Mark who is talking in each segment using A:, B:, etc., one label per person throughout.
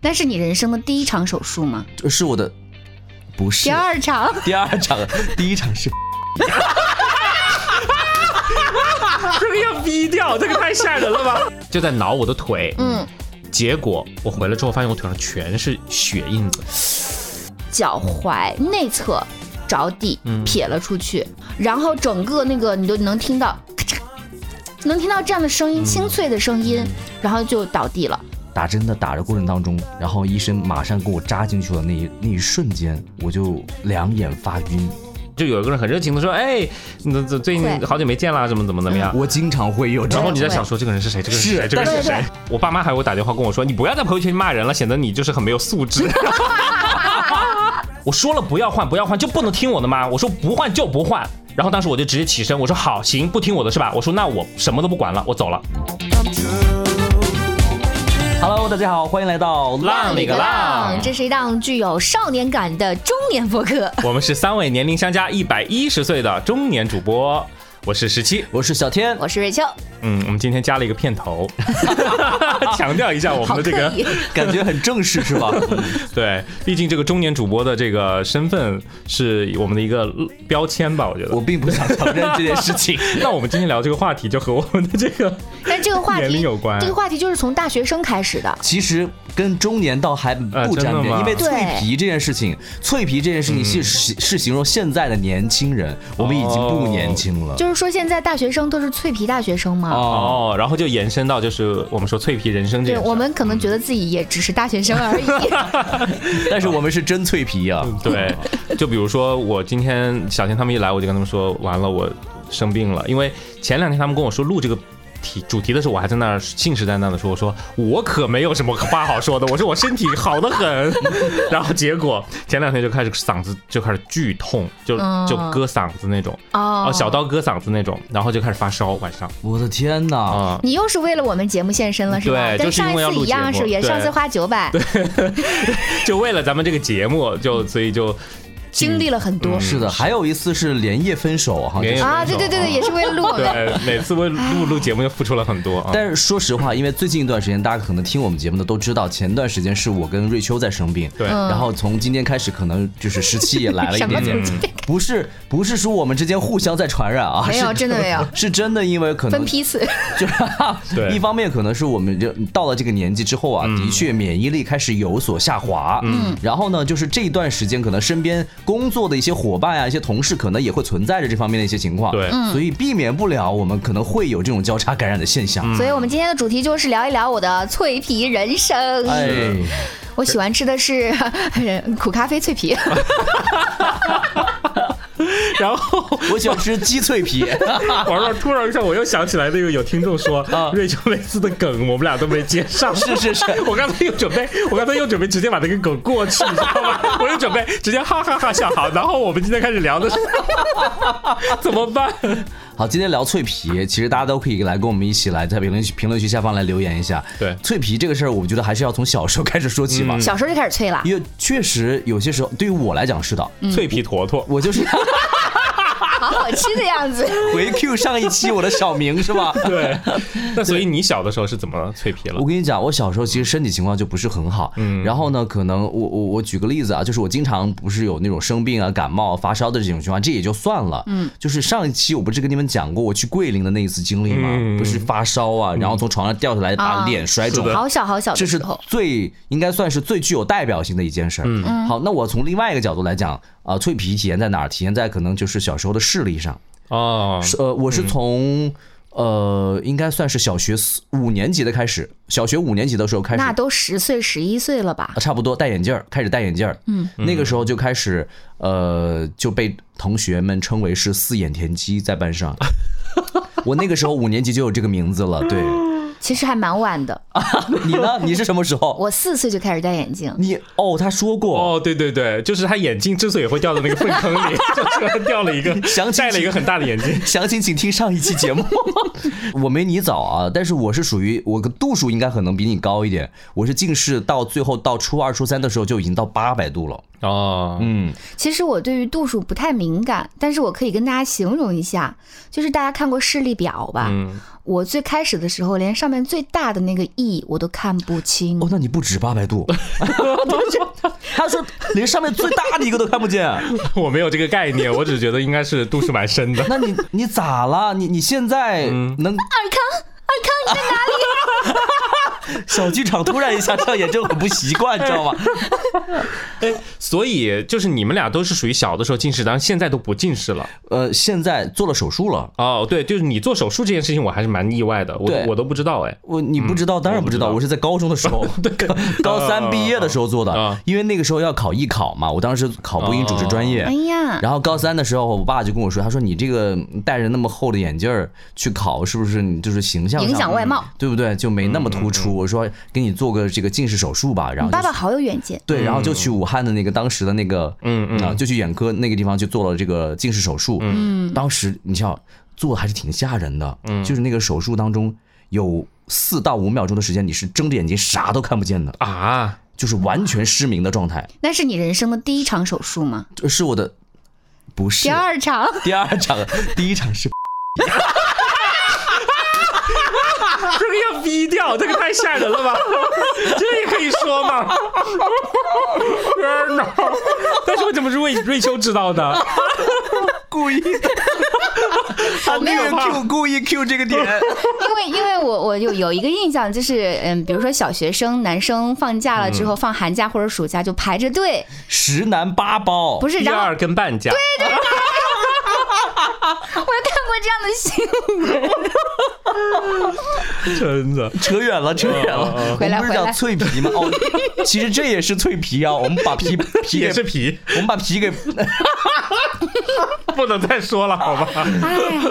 A: 那是你人生的第一场手术吗？
B: 呃是我的，不是
A: 第二场，
B: 第二场，第一场 是
C: 这个要逼掉，这个太吓人了吧？就在挠我的腿，
A: 嗯，
C: 结果我回来之后发现我腿上全是血印子，
A: 脚踝内侧着地
C: 嗯
A: 撇了出去，然后整个那个你都能听到咔嚓，能听到这样的声音，清脆的声
C: 嗯
A: 音，然后就倒地了。
B: 打针的打的过程当中，然后医生马上给我扎进去了那一那一瞬间，我就两眼发晕。
C: 就有一个人很热情的说：“哎，你怎怎最近
A: 对
C: 好久没见啦，怎么怎么怎么样？”
B: 我经常嗯会有这种
C: 然后你在想说这个人是谁？这个人是谁？
B: 是
C: 这个人是
A: 对
C: 谁
A: 对？
C: 我爸妈还给我打电话跟我说，你不要在朋友圈骂人了，显得你就是很没有素质。 我说了不要换，不要换，就不能听我的吗？我说不换就不换。然后当时我就直接起身，我说好行，不听我的是吧？我说那我什么都不管了，我走了。
B: Hello，大家好，欢迎来到
C: 浪里个浪
A: 这是一档具有少年感的中年播 客。
C: 我们是三位年龄相加一百一十岁的中年主播，我是十七。
B: 我是小天。
A: 我是瑞秋，
C: 嗯，我们今天加了一个片头，强调一下我们
A: 好
C: 的这
A: 刻
C: 个
A: 意。
B: 感觉很正式是吧？
C: 对，毕竟这个中年主播的这个身份是我们的一个标签吧，我觉
B: 我
C: 得。
B: 并不想承认这件事情。
C: 那我们今天聊这个话题，就和我们的这个
A: 但这个话
C: 年龄
A: 题
C: 有关
A: 这个话题就是从大学生开始的。
B: 其实跟中年倒还不
C: 真
B: 沾
C: 的
B: 边，
C: 吗
B: 因为
A: 对
B: 脆皮这件事情，脆皮这件事情是、是是形容现在的年轻人，我们已经不年轻了。
A: 就是说，现在大学生都是脆皮大学生吗？
B: 哦，
C: 哦，然后就延伸到就是我们说脆皮人生这
A: 对
C: 个，
A: 我们可能觉得自己也只是大学生而已。
B: 但是我们是真脆皮啊！
C: 对，就比如说我今天小天他们一来，我就跟他们说，完了我生病了，因为前两天他们跟我说录这个。题主题的时候，我还在那儿信誓旦旦的说：“我说我可没有什么话好说的，我说我身体好 的很。”然后结果前两天就开始嗓子就开始剧痛，就就
A: 嗯
C: 割嗓子那种，
A: 哦
C: 哦，小刀割嗓子那种，然后就开始发烧，晚上
B: 我的天哪！
C: 啊、
A: 你又是为了我们节目献身了是吧？
C: 对
A: 跟
C: 就是
A: 上
C: 因
A: 一
C: 为要
A: 次
C: 录
A: 一样
C: 节目
A: 是不是？也
C: 对
A: 上次花九百，
C: 就为了咱们这个节目，就所以
B: 哦
C: 就
A: 经历了很多。
C: 嗯
B: 是的，还有一次是连夜分手哈。
C: 连夜
A: 啊，
C: 分
A: 对
C: 手
A: 对对对，也是为了录我们。
C: 对，呃每次为录录节目就付出了很多啊。
B: 但是说实话，因为最近一段时间，大家可能听我们节目的都知道，前段时间是我跟瑞秋在生病，
C: 对
B: 然后从今天开始，可能就是十七也来了
A: 嗯
B: 一
A: 什么
B: 点点
A: 从今，
B: 不是不是说我们之间互相在传染啊，
A: 没有
B: 是
A: 真的没
C: 嗯
A: 有
B: 是真的，因为可能
A: 分批次，
B: 就是
C: 对
B: 一方面可能是我们就到了这个年纪之后啊，的确免疫力开始有所下滑。嗯，然后呢，就是这一段时间可能身边工作的一些伙伴啊、一些同事，可能也会存在着这方面的一些情况。
C: 对，
B: 所以避免不了我们可能会有这种交叉感染的现象。
A: 所以我们今天的主题就是聊一聊我的脆皮人生。
B: 哎，
A: 我喜欢吃的是 苦咖啡脆皮，
C: 哎 然后
B: 我喜欢吃鸡脆皮，
C: 网上突然一下，我又想起来那个有听 众说
B: 啊
C: 瑞秋类似的梗，我们俩都没接 上。
B: 是是是
C: 我刚才又准备，我刚才又准备直接把那个梗过去，你知道 吗？我又准备直接哈哈哈笑好，然后我们今天开始聊的是 怎么办？
B: 好，今天聊脆皮，其实大家都可以来跟我们一起来在评论区评论区下方来留言一下。
C: 对
B: 脆皮这个事儿，我觉得还是要从小时候开始说起嘛，
A: 小时候就开始脆了。
C: 嗯
B: 因为确实有些时候对于我来讲是的，
C: 脆皮坨坨，
B: 我 就是
A: 好好吃的样 子。
B: 回 Q 上一期我的小名是吧？
C: 对。那所以你小的时候是怎么脆皮了
B: 我？跟你讲，我小时候其实身体情况就不是很好，嗯，然后呢，可能我我我举个例子啊，就是我经常不是有那种生病啊、感冒、发烧的这种情况，这也就算了，嗯，就是上一期我不是跟你们讲过我去桂林的那一次经历吗？
C: 嗯
B: 不是发烧啊，然后从床上掉下来，把
A: 啊
B: 脸摔肿，
A: 好小好小
B: 这
A: 的
B: 是
A: 时候，
B: 最应该算是最具有代表性的一件事儿。嗯，好，那我从另外一个角度来讲，啊、脆皮体现在哪儿？体现在可能就是小时候的视力上。
C: 哦，
B: 是呃，我是从、呃，应该算是小学四五年级的开始，小学五年级的时候开始，啊
A: 那都十岁十一岁了吧？
B: 差不多戴眼镜儿，开始戴眼镜儿。嗯，那个时候就开始呃，就被同学们称为是四眼田鸡，在班上。 我那个时候五年级就有这个名字了，对
A: 其实还蛮晚的。
B: 你呢？你是什么时候？
A: 我四岁就开始戴眼镜，
B: 你哦，他说过，
C: 哦，对对对，就是他眼镜之所以会掉到那个粪坑里，就是他掉了一个，
B: 想起
C: 戴了一个很大的眼镜。
B: 详情请听上一期节目。 我没你早啊，但是我是属于我度数应该可能比你高一点。我是近视到最后到初二、初三的时候就已经到八百度了。
C: 哦，嗯，
A: 其实我对于度数不
B: 嗯
A: 太敏感，但是我可以跟大家形容一下，就是大家看过视力表吧？我最开始的时候，连上面最大的那个 e 我都看不清。
B: 哦，那你不止八百 度，他说连上面最大的一个都看不见，
C: 我没有这个概念，我只是觉得应该是度数蛮深 的。
B: 那你你咋了？你你现在能
A: 尔康，尔康，你在哪里？
B: 小剧场突然一下上演，就很不习惯，你知道吗？
C: 哎所以就是你们俩都是属于小的时候近视，但是现在都不近视了。
B: 呃，现在做了手术了。
C: 哦，对，就是你做手术这件事情，我还是蛮意外的，我
B: 对
C: 我都不知道哎。
B: 我你不知道，当然不知嗯道，我是在高中的时候， 对，嗯高三毕业的时候做的
C: 啊，
B: 因为那个时候要考艺考嘛，我当时考播音主持专业
A: 哎，呀，
B: 然后高三的时候，我爸就跟我说，他说你这个戴着那么厚的眼镜儿去考，是不是你就是形象上
A: 影响外貌，嗯
B: 对不对？就没那么突出。我说给你做个这个近视手术吧，然
A: 你
B: 后就
A: 爸爸好有远见。
B: 对，然后就去武汉的那个当时的那个，嗯嗯，啊，就去眼科那个地方去做了这个近视手术。嗯，当时你想做的还是挺吓人的，嗯，就是那个手术当中有四到五秒钟的时间，你是睁着眼睛啥都看不见的，
C: 啊，
B: 就是完全失明的状态。
A: 那是你人生的第一场手术吗？
B: 这是我的，不是
A: 第二 场，
B: 第二场，第一场是
C: 这个要逼掉，这个太吓人了吧？这也可以说嘛？天哪！但是我怎么是瑞瑞秋知道的？
B: 故意 的，他
C: 没有
B: 那个
C: 怕
B: Q 故意 Q 这个点，
A: 因为因为我我有有一个印象，就是嗯，比如说小学生男生放假
B: 嗯
A: 了之后，放寒假或者暑假就排着队，
B: 十男八包，
A: 不是，
C: 第
A: 然后
C: 二跟半价，
A: 我看过这样的新闻，
C: 真的。
B: 扯远了，扯远了。我
A: 回来
B: 们不是叫
A: 回来
B: 脆皮吗？ 哦，其实这也是脆皮啊，我们把皮皮给
C: 也是皮，
B: 我们把皮给
C: 不能再说了，好吧？
A: 哎，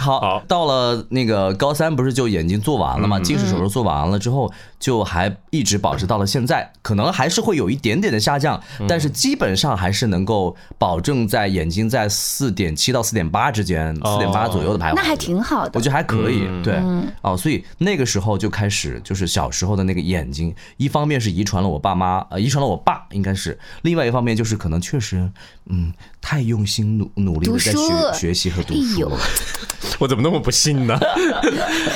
B: 好
C: 好
B: 到了那个高三，不是就眼睛做完了嘛？近视手术做完了之后，就还一直保持到了现在，可能还是会有一点点的下降，但是基本上还是能够保证在眼睛在四点七到四点八之间，四点八左右的徘徊。
A: 哎那还挺好
B: 我
A: 的。
B: 觉得还可以，
C: 嗯
B: 对，
A: 嗯
B: 哦，所以那个时候就开始，就是小时候的那个眼睛，一方面是遗传了我爸妈，呃，遗传了我爸，应该是；另外一方面就是可能确实，嗯，太用心努努力
A: 读
B: 的在
A: 书
B: 学学习和读
A: 哎
B: 书
A: 呦
B: 了。
C: 我怎么那么不信 呢？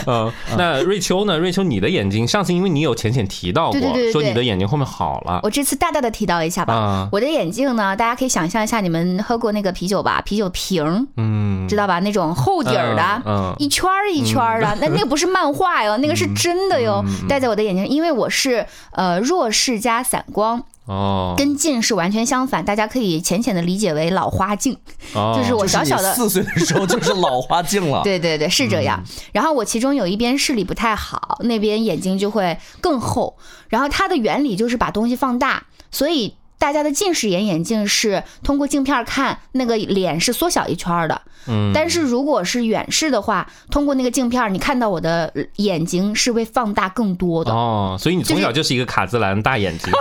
C: 嗯，那瑞秋呢？瑞秋，你的眼睛上次因为你有浅浅提到
A: 对对对
C: 过，
A: 对
C: 说
A: 对
C: 你的眼睛后面好了
A: 我这次大大的提到一下吧，
C: 啊，
A: 我的眼镜呢，大家可以想象一下，你们喝过那个啤酒吧？啤酒瓶，
C: 嗯，
A: 知道吧？那种厚底儿的，
C: 嗯嗯
A: 一圈儿一圈儿的，那那个不是漫画 哟，那个是真的
C: 嗯
A: 哟，戴在我的眼睛上，因为我是呃弱视加散光，
C: 哦，
A: 跟近视完全相反，大家可以浅浅的理解为老花镜，
C: 哦
A: 就是我小小
B: 就是
A: 的。
B: 你四岁的时候就是老花镜了
A: 对对对，是这样。然后我其中有一边视力不太好，那边眼睛就会更厚。然后它的原理就是把东西放大，所以大家的近视眼眼镜是通过镜片看那个脸是缩小一圈儿的。嗯，但是如果是远视的话，通过那个镜片儿，你看到我的呃眼睛是会放大更多的。
C: 哦，所以你从小就是一个卡姿兰大眼睛，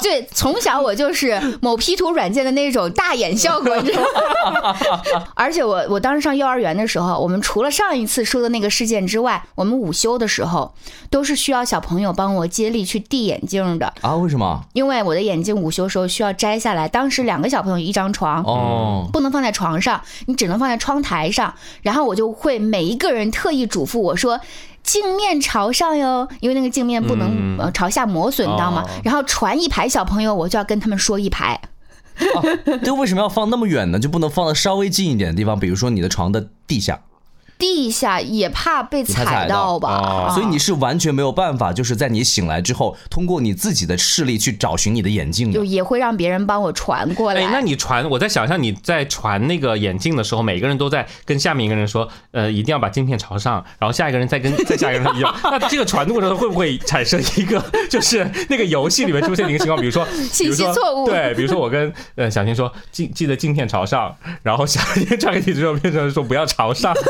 A: 对，从小我就是某 P 图软件的那种大眼效果，你知道吗？而且我我当时上幼儿园的时候，我们除了上一次说的那个事件之外，我们午休的时候都是需要小朋友帮我接力去递眼镜的，
B: 啊，为什么？
A: 因为我的眼镜午休时候需要摘下来。当时两个小朋友一张床，
B: 哦，
A: 不能放在床上，你只能放在窗台上。然后我就会每一个人特意嘱咐我说。镜面朝上哟，因为那个镜面不
B: 嗯
A: 能、呃朝下磨损，你知道吗？
C: 哦
A: 然后传一排小朋友，我就要跟他们说一排。
C: 嗯
B: 对，为什么要放那么远呢？就不能放到稍微近一点的地方，比如说你的床的地下。
A: 地下也怕被
B: 怕踩
A: 踩
B: 到
A: 吧，
C: 哦
A: 啊
B: 所以你是完全没有办法，就是在你醒来之后，通过你自己的视力去找寻你的眼镜
A: 就
B: 的。
A: 也会让别人帮我传过来。
C: 哎，那你传，我在想象你在传那个眼镜的时候，每个人都在跟下面一个人说，呃，一定要把镜片朝上，然后下一个人再跟再下一个人一样。 那这个传的过程中会不会产生一个，就是那个游戏里面出现的一个情况，比如说
A: 信息
C: 比如说
A: 错误
C: 对，比如说我跟呃小新说记记得镜片朝上，然后小新 传给你之后变成说不要朝上，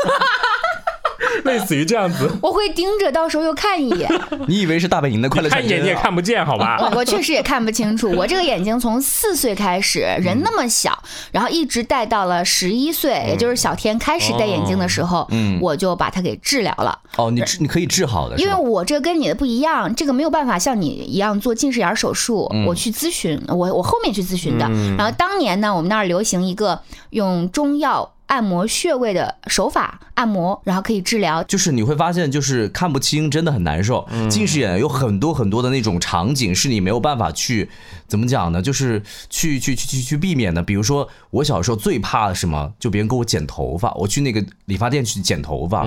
C: 类似于这样子，
A: 我会盯着，到时候又看一眼。
B: 你以为是大本营的快乐
C: 看
B: 传
C: 一眼
B: 真、
C: 你也
B: 啊？
C: 看不见，好吧？
A: 我我确实也看不清楚，我这个眼睛从四岁开始，
B: 嗯
A: 人那么小，然后一直戴到了十一岁，也
B: 嗯
A: 就是小天开始戴眼镜的时候，我就把它给治疗了。
B: 哦，你治你可以治好的，
A: 因
B: 嗯是
A: 为
B: 吧？
A: 我这跟你的不一样，这个没有办法像你一样做近视眼手术，
B: 嗯
A: 我去咨询，我我后面去咨询的。然后当年呢，我们那儿流行一个用中药按摩穴位的手法按摩，然后可以治疗。
B: 就是你会发现，就是看不清，真的很难受。近视眼有很多很多的那种场景，是你没有办法去怎么讲呢？就是去去去去去避免的。比如说，我小时候最怕什么？就别人给我剪头发，我去那个理发店去剪头发，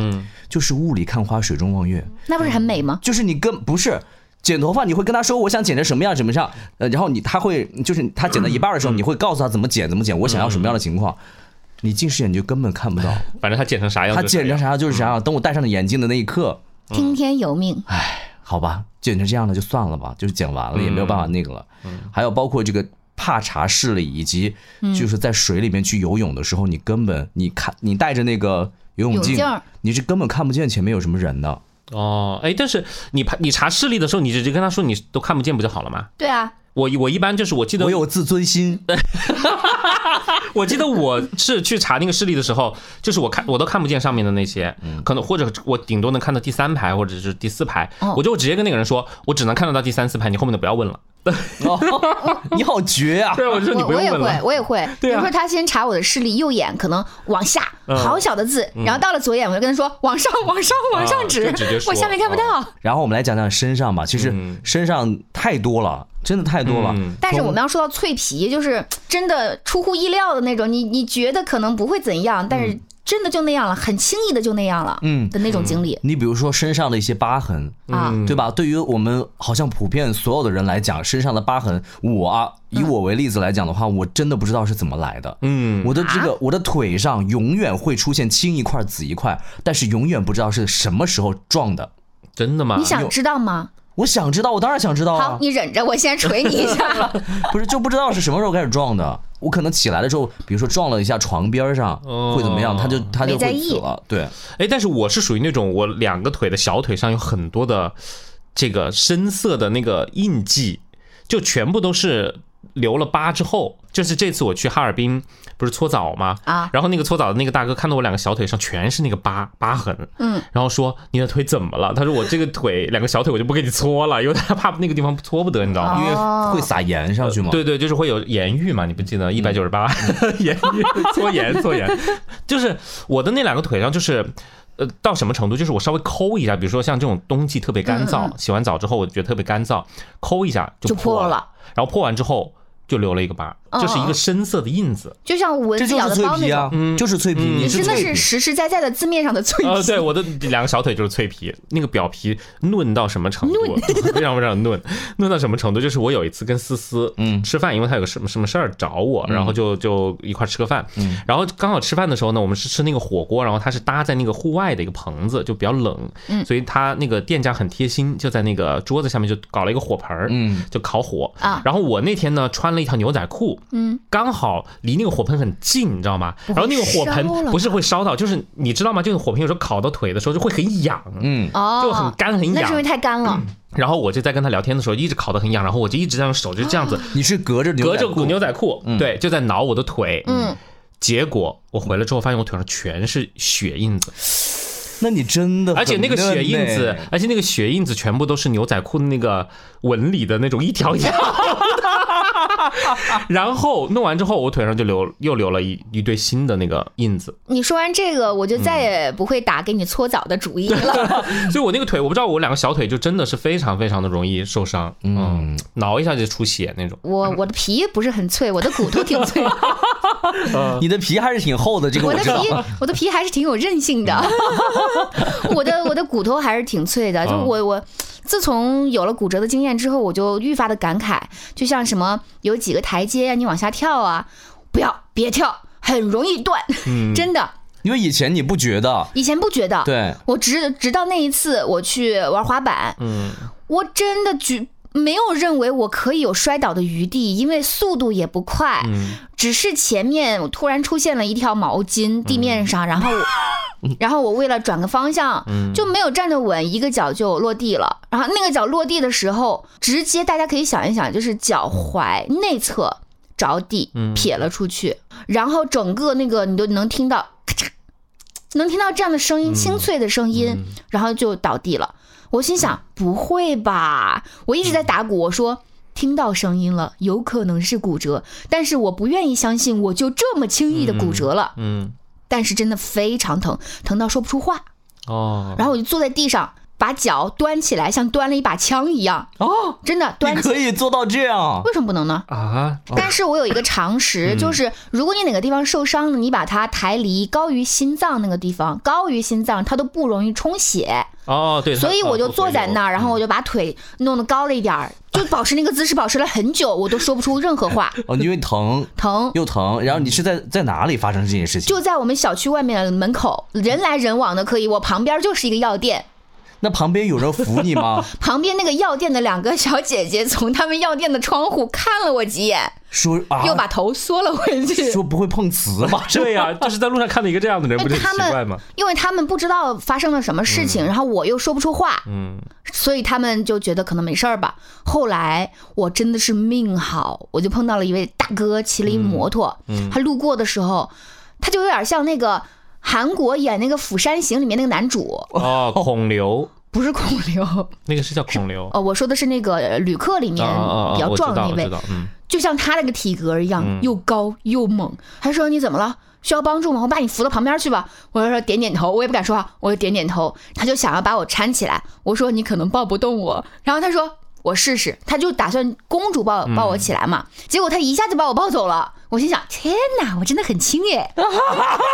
B: 就是雾里看花，水中望月，
A: 那不是很美吗？
B: 就是你跟不是。剪头发，你会跟他说我想剪成什么样什么样，呃，然后你他会就是他剪到一半的时候，你会告诉他怎么剪怎么剪，我想要什么样的情况，你近视眼你就根本看不到，
C: 反正他剪成啥样
B: 他
C: 就是啥
B: 剪成啥样就是啥样。等我戴上了眼镜的那一刻，
A: 听天由命。
B: 嗯好吧，剪成这样了就算了吧，就是剪完了也没有办法那个了。还有包括这个怕查视力，以及
A: 嗯
B: 就是在水里面去游泳的时候，你根本你看你戴着那个游泳
A: 泳
B: 镜
A: 镜儿，
B: 你是根本看不见前面有什么人的。
C: 哦，哎，但是你查你查视力的时候，你直接跟他说你都看不见不就好了吗？
A: 对啊，
C: 我我一般就是我记得
B: 我有自尊心，
C: 我记得我是去查那个视力的时候，就是我看我都看不见上面的那些，可能或者我顶多能看到第三排或者是第四排，
A: 哦
C: 我就直接跟那个人说，我只能看得到第三四排，你后面的不要问了。
B: 哦 你好绝 啊！
C: 对，我就说你
A: 我
C: 不用
A: 我也
C: 问
A: 会
C: 了。，
A: 我也会。比
C: 对啊
A: 如说他先查我的视力，右眼可能往下，
C: 嗯啊
A: 好小的字，然后到了左眼，我就跟他说往上，往上，往上指
C: 就直接，说啊
A: 我下面看不到。
B: 然后我们来讲讲身上吧，其实
C: 嗯
B: 身上太多了，真的太多了。
C: 嗯
A: 但是我们要说到脆皮，就是真的出乎意料的那种，你你觉得可能不会怎样，但是
C: 嗯
A: 真的就那样了，很轻易的就那样了，
B: 嗯
A: 的那种经历
B: 你比如说身上的一些疤痕，
C: 嗯
A: 啊，
B: 对吧？对于我们好像普遍所有的人来讲，身上的疤痕，我啊，
A: 嗯
B: 以我为例子来讲的话，我真的不知道是怎么来的。
C: 嗯，
B: 我的这
A: 啊
B: 个，我的腿上永远会出现青一块紫一块，但是永远不知道是什么时候撞的。
C: 真的吗？
A: 你想知道吗？
B: 我想知道，我当然想
C: 哦
B: 知道
A: 好
B: 啊，
A: 你，忍着，我先捶你一 下。
B: 不是就不知道是什么时候开始撞的。我可能起来的时候，比如说撞了一下床边上，
C: 哦
B: 会怎么样？它就它就
A: 没在
B: 会
A: 意
B: 紫了。对，
C: 哎，但是我是属于那种我两个腿的小腿上有很多的这个深色的那个印记，就全部都是留了疤之后。就是这次我去哈尔滨，不是搓澡吗？
A: 啊
C: 然后那个搓澡的那个大哥看到我两个小腿上全是那个疤疤痕，
A: 嗯，
C: 然后说你的腿怎么了？他说我这个腿两个小腿我就不给你搓了，因为他怕那个地方搓不得，你知道吗？
B: 因为
A: 哦
B: 会撒盐上去嘛。
C: 对对，就是会有盐浴嘛，你不记得一百九十八 盐浴搓盐搓盐，就是我的那两个腿上就是。呃，到什么程度？就是我稍微抠一下，比如说像这种冬季特别干燥，洗完澡之后我觉得特别干燥，抠一下
A: 就
C: 嗯破
A: 破
C: 了，哦
A: 了，
C: 然后破完之后就留了一个疤，
A: 嗯
C: 就是一
A: 嗯
C: 个深色的印子。
A: 就像蚊
B: 这
A: 子
B: 就
A: 咬
B: 是
A: 的
B: 脆
A: 包那
B: 皮啊
A: 种。，
C: 嗯
B: 就是脆皮，
C: 嗯
B: 你
A: 真的
B: 脆
A: 是
B: 皮。
A: 实实在在的字面上的脆
C: 呃，
A: 皮，
C: 对，我的两个小腿就是脆皮，那个表皮嫩到什么程度？ 非常非常嫩，嫩到什么程度？就是我有一次跟思思，
B: 嗯
C: 吃饭，因为她有个什么什么事儿找我，然后就就一块儿吃个饭，
B: 嗯
C: 然后刚好吃饭的时候呢，我们是吃那个火锅，然后它是搭在那个户外的一个棚子，就比较冷，
A: 嗯
C: 所以他那个店家很贴心，就在那个桌子下面就搞了一个火盆儿，
B: 嗯，
C: 就烤火
A: 啊
C: 然后我那天呢穿了一条牛仔裤，
A: 嗯，
C: 刚好离那个火盆很近，你知道吗？
A: 不
C: 然
A: 会
C: 后那个火
A: 烧了
C: 盆
A: 吧
C: 不是会烧到，就是你知道吗？就是火盆有时候烤到腿的时候就会很痒，
B: 嗯，
A: 哦，
C: 就很干很
A: 那是因为
C: 痒。
A: 太干了，
C: 然后我就在跟他聊天的时候一直烤得很痒，然后我就一直在用手就这样
A: 啊
C: 子
B: 你是隔着牛
C: 隔
B: 仔
C: 着
B: 裤
C: 股牛仔裤，对，就在挠我的腿，
A: 嗯。
C: 结果我回来之后发现我腿上全是血印子，
B: 那你真 的很
C: 而且那个血印
B: 嫩
C: 子
B: 哎呢，
C: 而且那个血印子全部都是牛仔裤的那个纹理的那种一条一条的 然后弄完之后，我腿上就留又留了一一堆新的那个印子，
A: 你说完这个，我就
B: 嗯
A: 再也不会打给你搓澡的主意 了。
C: 所以我那个腿，我不知道我两个小腿就真的是非常非常的容易受伤，嗯，挠一下就出血那种。
A: 我我的皮不是很脆，我的骨头挺脆，
B: 你的皮还是挺厚 的，这个
A: 我
B: 我
A: 的
B: 知道
A: 皮。我的皮还是挺有韧性的，
B: 嗯
A: 我的我的骨头还是挺脆的。就
C: 嗯
A: 我我自从有了骨折的经验之后，我就愈发的感慨，就像什么有几个台阶呀，你往下跳啊，不要别跳，很容易断，
B: 嗯
A: 真的。
B: 因为以前你不觉得，
A: 以前不觉得，
B: 对，
A: 我直直到那一次我去玩滑板，
C: 嗯，
A: 我真的觉没有认为我可以有摔倒的余地，因为速度也不快，只是前面我突然出现了一条毛巾地面上，然后我。然后我为了转个方向，就没有站得稳，一个脚就落地了。然后那个脚落地的时候，直接大家可以想一想，就是脚踝内侧着地，撇了出去，然后整个那个你都能听到，咔嚓能听到这样的声
B: 嗯
A: 音，清脆的声音，然后就倒地了。我心想，不会吧？我一直在打鼓，我说。听到声音了，有可能是骨折，但是我不愿意相信我就这么轻易的骨折了。
C: 嗯，
A: 但是真的非常疼，疼到说不出话。
C: 哦，
A: 然后我就坐在地上，把脚端起来，像端了一把枪一样，
B: 哦，
A: 真的
B: 你
A: 端起。
B: 可以做到这 样，
A: 为什么不能呢？
C: 啊，
B: 哦
A: 但是我有一个常
B: 嗯
A: 识，就是如果你哪个地方受伤了，你把它抬离高于心脏那个地方，高于心脏它都不容易充血，
C: 哦，对，
A: 所以我就坐在那
C: 儿，
B: 啊
A: 儿，然后我就把腿弄得高了一点儿，
B: 嗯
A: 就保持那个姿势，保持了很久，我都说不出任何 话，
B: 哦，因为疼
A: 疼。
B: 又疼，然后你是在在哪里发生这件事情？
A: 就在我们小区外面的门口，人来人往的可以。我旁边就是一个药店，
B: 那旁边有人扶 你吗？
A: 旁边那个药店的两个小姐姐从他们药店的窗户看了我几眼，
B: 说啊，
A: 又把头缩了回去。
B: 说不会碰瓷吧？
C: 对 呀，就是在路上看到一个这样的人，
A: 哎
C: 不是
A: 他
C: 很
A: 们
C: 奇怪吗？
A: 因为他们不知道发生了什么事
B: 嗯
A: 情，然后我又说不出话，
C: 嗯，
A: 所以他们就觉得可能没事儿吧。后来我真的是命好，我就碰到了一位大哥骑了一摩托，
C: 嗯
A: 他路过的时候，他就有点像那个韩国演那个《釜山行》里面那个男主，
C: 哦，孔刘，
A: 不是孔刘，
C: 那个是叫孔刘，
A: 呃，我说的是那个呃旅客里面
C: 啊啊啊，
A: 比较
C: 我知
A: 壮的
C: 道，
A: 那
C: 我
A: 位
C: 知，道，嗯，
A: 就像他那个体格一样，又高又猛。他说：“你怎么了？需要帮助吗？我把你扶到旁边去吧。”我就说：“点点头。”我也不敢说话，我就点点头。他就想要把我搀起来，我说：“你可能抱不动我。”然后他说：“我试试。”他就打算公主抱抱我起来嘛，结果他一下就把我抱走了。我心想：“天哪，我真的很轻耶！”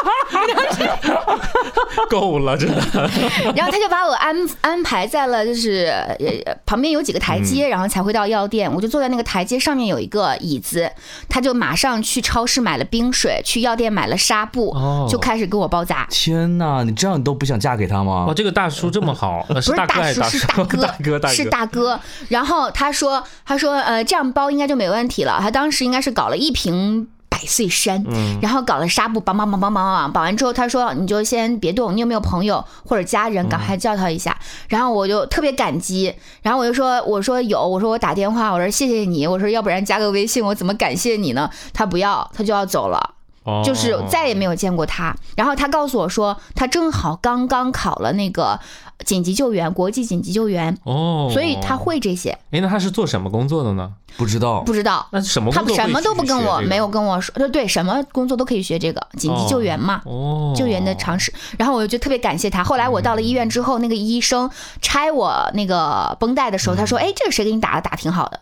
C: 够了，真的，
A: 然后他就把我安安排在了，就是呃旁边有几个台阶，然后才会到药店。我就坐在那个台阶上面有一个椅子，他就马上去超市买了冰水，去药店买了纱布，
C: 哦
A: 就开始给我包扎。
B: 天哪，你这样你都不想嫁给他吗
C: 哇，？哦这个大叔这么好，呃
A: 不
C: 是
A: 是
C: 大哥还
A: 叔，
C: 大
A: 是大哥，
C: 大哥， 大
A: 是
C: 哥，
A: 大哥。然后他说，他说，呃，这样包应该就没问题了。他当时应该是搞了一瓶百岁山，
C: 嗯
A: 然后搞了纱布，梆梆梆梆梆梆，绑完之后，他说你就先别动，你有没有朋友或者家人，
C: 嗯
A: 赶快叫他一下。然后我就特别感激，然后我就说，我说有，我说我打电话，我说谢谢你，我说要不然加个微信，我怎么感谢你呢？他不要，他就要走了。
C: 哦
A: 就是再也没有见过他。然后他告诉我说，他正好刚刚考了那个紧急救援，国际紧急救援，
C: 哦，
A: 所以他，会这些，
C: 哎，那他是做什么工作的呢？
B: 不知道，
A: 不知道。
C: 那哦什么
A: 他
C: 工作
A: 什
C: 会
A: 么都
C: 去
A: 不跟
C: 学
A: 我，
C: 这个
A: 没有跟我说，对对，什么工作都可以学这个紧急救援嘛，
C: 哦，
A: 救援的常识。然后我就特别感谢他。后来我到了医院之后，那个医生拆我那个绷带的时候，他
C: 嗯
A: 说：“哎，这个谁给你打的？打挺好的。”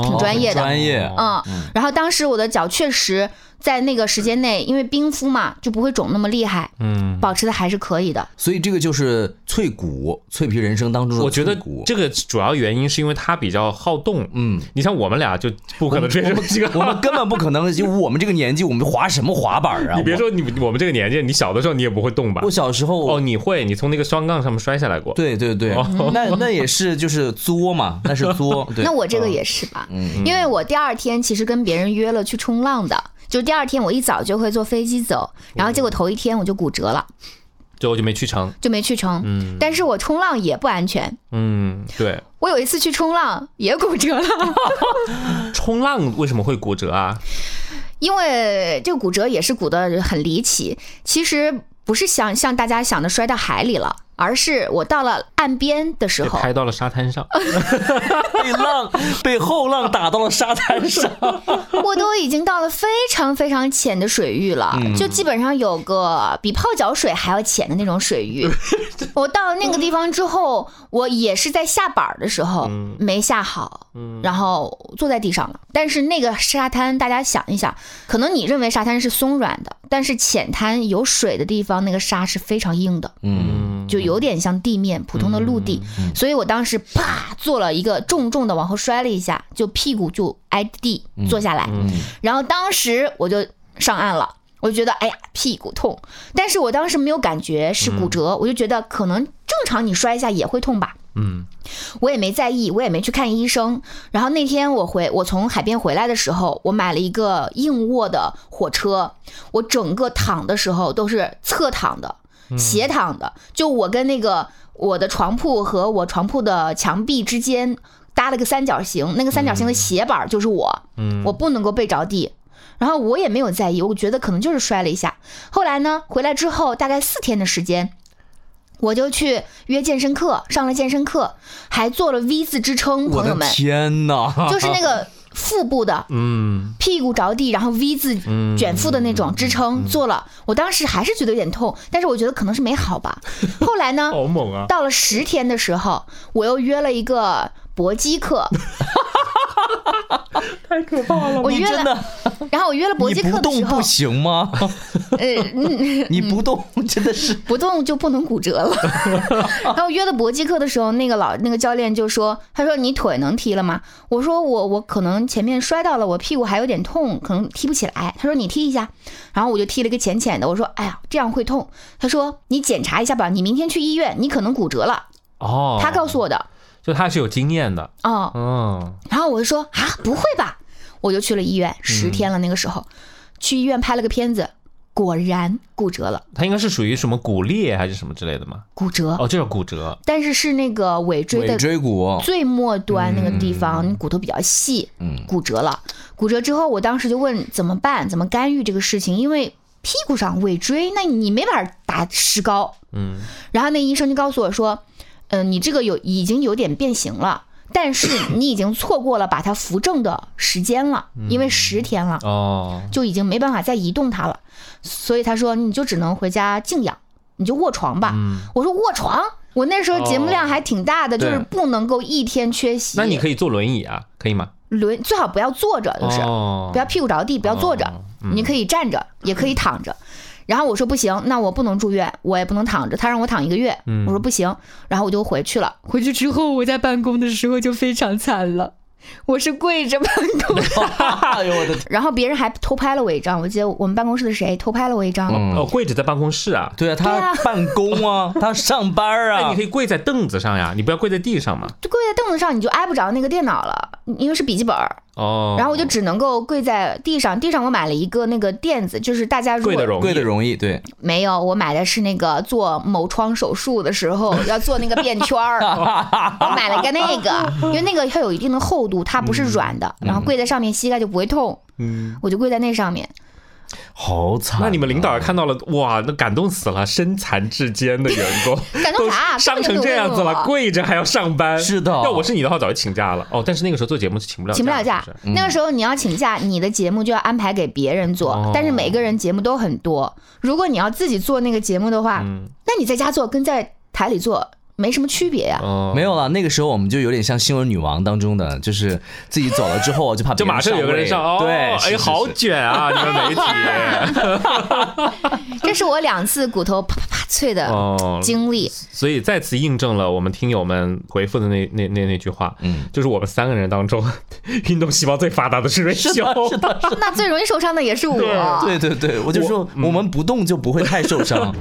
A: 挺专业的
B: 哦专业
A: 嗯，然后当时我的脚确实在那个时间内，因为冰敷嘛，就不会肿那么厉害，
C: 嗯，
A: 保持的还是可以的。
B: 所以这个就是脆骨，脆皮人生当中的
C: 我觉得
B: 脆骨
C: 这个主要原因是因为他比较好动，嗯，你像我们俩就不可能追上这
B: 我
C: 个。
B: 们根本不可能，就我们这个年纪，我们滑什么滑板啊？
C: 你别
B: 我，
C: 说你我们这个年纪，你小的时候你也不会动吧
B: 我？小时候，
C: 哦，你会，你从那个双杠上面摔下来过。
B: 对对对，
C: 哦
B: 那那也是就是作嘛，那是 作，对
A: 那，我这个也是吧，因为我第二天其实跟别人约了去冲浪的，就第二天我一早就会坐飞机走，然后结果头一天我就骨折了，
C: 最后就没去成。
A: 就没去冲。但是我冲浪也不安全，
C: 嗯，对，
A: 我有一次去冲浪也骨折了，
C: 冲浪为什么会骨折啊？
A: 因为这个骨折也是骨得很离奇，其实不是像像大家想的摔到海里了，而是我到了岸边的时
C: 被
A: 候，
C: 拍到了沙滩上。
B: 被浪被后浪打到了沙滩 上，
A: 我都已经到了非常非常浅的水域了，就基本上有个比泡脚水还要浅的那种水域。我到那个地方之后，我也是在下板儿的时候、没下好，然后坐在地上了。但是那个沙滩，大家想一想，可能你认为沙滩是松软的，但是浅滩有水的地方，那个沙是非常硬的，
B: 嗯
A: 就有点像地面普通的陆地。所以我当时啪做了一个重重的往后摔了一下，就屁股就挨地坐下来。然后当时我就上岸了，我就觉得哎呀屁股痛，但是我当时没有感觉是骨折，我就觉得可能正常你摔一下也会痛吧。
C: 嗯，
A: 我也没在意，我也没去看医生。然后那天我回我从海边回来的时候，我买了一个硬卧的火车，我整个躺的时候都是侧躺的、斜躺的，就我跟那个我的床铺和我床铺的墙壁之间搭了个三角形，那个三角形的斜板儿就是我，我不能够背着地。然后我也没有在意，我觉得可能就是摔了一下。后来呢，回来之后大概四天的时间，我就去约健身课，上了健身课，还做了 V 字支撑，
B: 我
A: 朋友
B: 的
A: 们，
B: 天哪！
A: 就是那个腹部的
C: 嗯
A: 屁股着地，然后 V 字
C: 嗯
A: 卷腹的那种支撑、做了，我当时还是觉得有点痛，但是我觉得可能是没好 吧。后来呢，
B: 哦
C: 好猛啊！
A: 到了十天的时候，我又约了一个搏击 课，
C: 太可怕了
A: 我约
B: 真
A: 了，
B: 的，
A: 然后我约了搏
B: 你
A: 击
B: 不
A: 课的
B: 动
A: 时候
B: 不，行吗？
A: 呃，嗯
B: 你不动真的是
A: 不动就不能骨折了。然后约了搏击课的时候，那个老那个教练就说：“他说你腿能踢了吗？”我说我：“我可能前面摔到了，我屁股还有点痛，可能踢不起来。”他说：“你踢一下。”然后我就踢了一个浅浅的，我说：“哎呀，这样会痛。”他说：“你检查一下吧，你明天去医院，你可能骨折了。
C: 哦，
A: 他告诉我的。
C: 就他是有经验的，
A: 哦，
C: 嗯，
A: 然后我就说啊，不会吧？我就去了医院，十天了那个时候，去医院拍了个片子，果然骨折了，
C: 他应该是属于什么骨裂还是什么之类的吗？
A: 骨折，
C: 哦，这叫骨折，
A: 但是是那个尾椎
B: 尾
A: 的
B: 椎骨，
A: 最末端那个地方，你骨头比较细，
B: 嗯，
A: 骨折了。骨折之后，我当时就问怎么办，怎么干预这个事情，因为屁股上尾椎，那你没法打石膏。
C: 嗯，
A: 然后那医生就告诉我说，嗯、你这个有已经有点变形了。但是你已经错过了把它扶正的时间了，因为十天了。
C: 哦，
A: 就已经没办法再移动它了，所以他说你就只能回家静养，你就卧床吧。
C: 嗯
A: 我说卧床，我那时候节目量还挺大的，
B: 哦
A: 就是不能够一天缺席。
C: 那你可以坐轮椅啊，可以吗？
A: 轮最呃好不要坐着，就是、
C: 哦嗯
A: 不要屁股着地，不要坐着，你可以站着，也可以躺着。然后我说不行，那我不能住院，我也不能躺着。他让我躺一个月，
C: 嗯
A: 我说不行，然后我就回去了。回去之后，我在办公的时候就非常惨了，我是跪着办公的，
B: 哎呦我的天，
A: 然后别人还偷拍了我一张，我记得我们办公室的谁偷拍了我一张，
B: 嗯
C: 哦，跪着在办公室啊。
B: 对啊，
A: 对啊
B: 他办 公啊，他上班
C: 哎，
B: 啊
C: 你可，以跪在凳子上呀，你不要跪在地上嘛。
A: 就跪在凳子上，你就挨不着那个电脑了，因为是笔记本儿。
C: 哦，
A: 然后我就只能够跪在地上，地上我买了一个那个垫子，就是大家如果
C: 跪的容易，
B: 跪的容易，对，
A: 没有，我买的是那个做某创手术的时候要做那个便圈 儿，我买了个那个，因为那个它有一定的厚度，它不是软的，然后跪在上面膝盖就不会痛，
C: 嗯，
A: 我就跪在那上面。
B: 好惨啊。
C: 那你们领导看到了，哇，那感动死了，身残志坚的员 工，
A: 感动
C: 都
A: 啥？
C: 伤成这样子了，
A: 跪。
C: 跪着还要上班。
B: 是的
C: 要我是你的话，早就请假了。哦，但是那个时候做节目是请不了，
A: 请不了假
C: 是是，
A: 那
B: 嗯
A: 个时候你要请假，你的节目就要安排给别人做
C: 哦，
A: 但是每个人节目都很多。如果你要自己做那个节目的话，
C: 嗯，
A: 那你在家做跟在台里做没什么区别呀。
C: 哦，
B: 没有了，那个时候我们就有点像新闻女王当中的，就是自己走了之后啊就怕别
C: 就马上有个人
B: 上
C: 上，哦，
B: 位对，是
C: 哎，好，卷啊，你们媒体，
A: 这是我两次骨头啪啪啪脆的
C: 哦，
A: 经 历。
C: 所以再次印证了我们听友们回复的那那那那句话，
B: 嗯，
C: 就是我们三个人当中，运动细胞最发达的是瑞
B: 是是
C: 修，
B: 的，是的，
A: 那最容易受伤的也是我。
B: 对对对，我就
C: 我
B: 说我们不动就不会太受伤。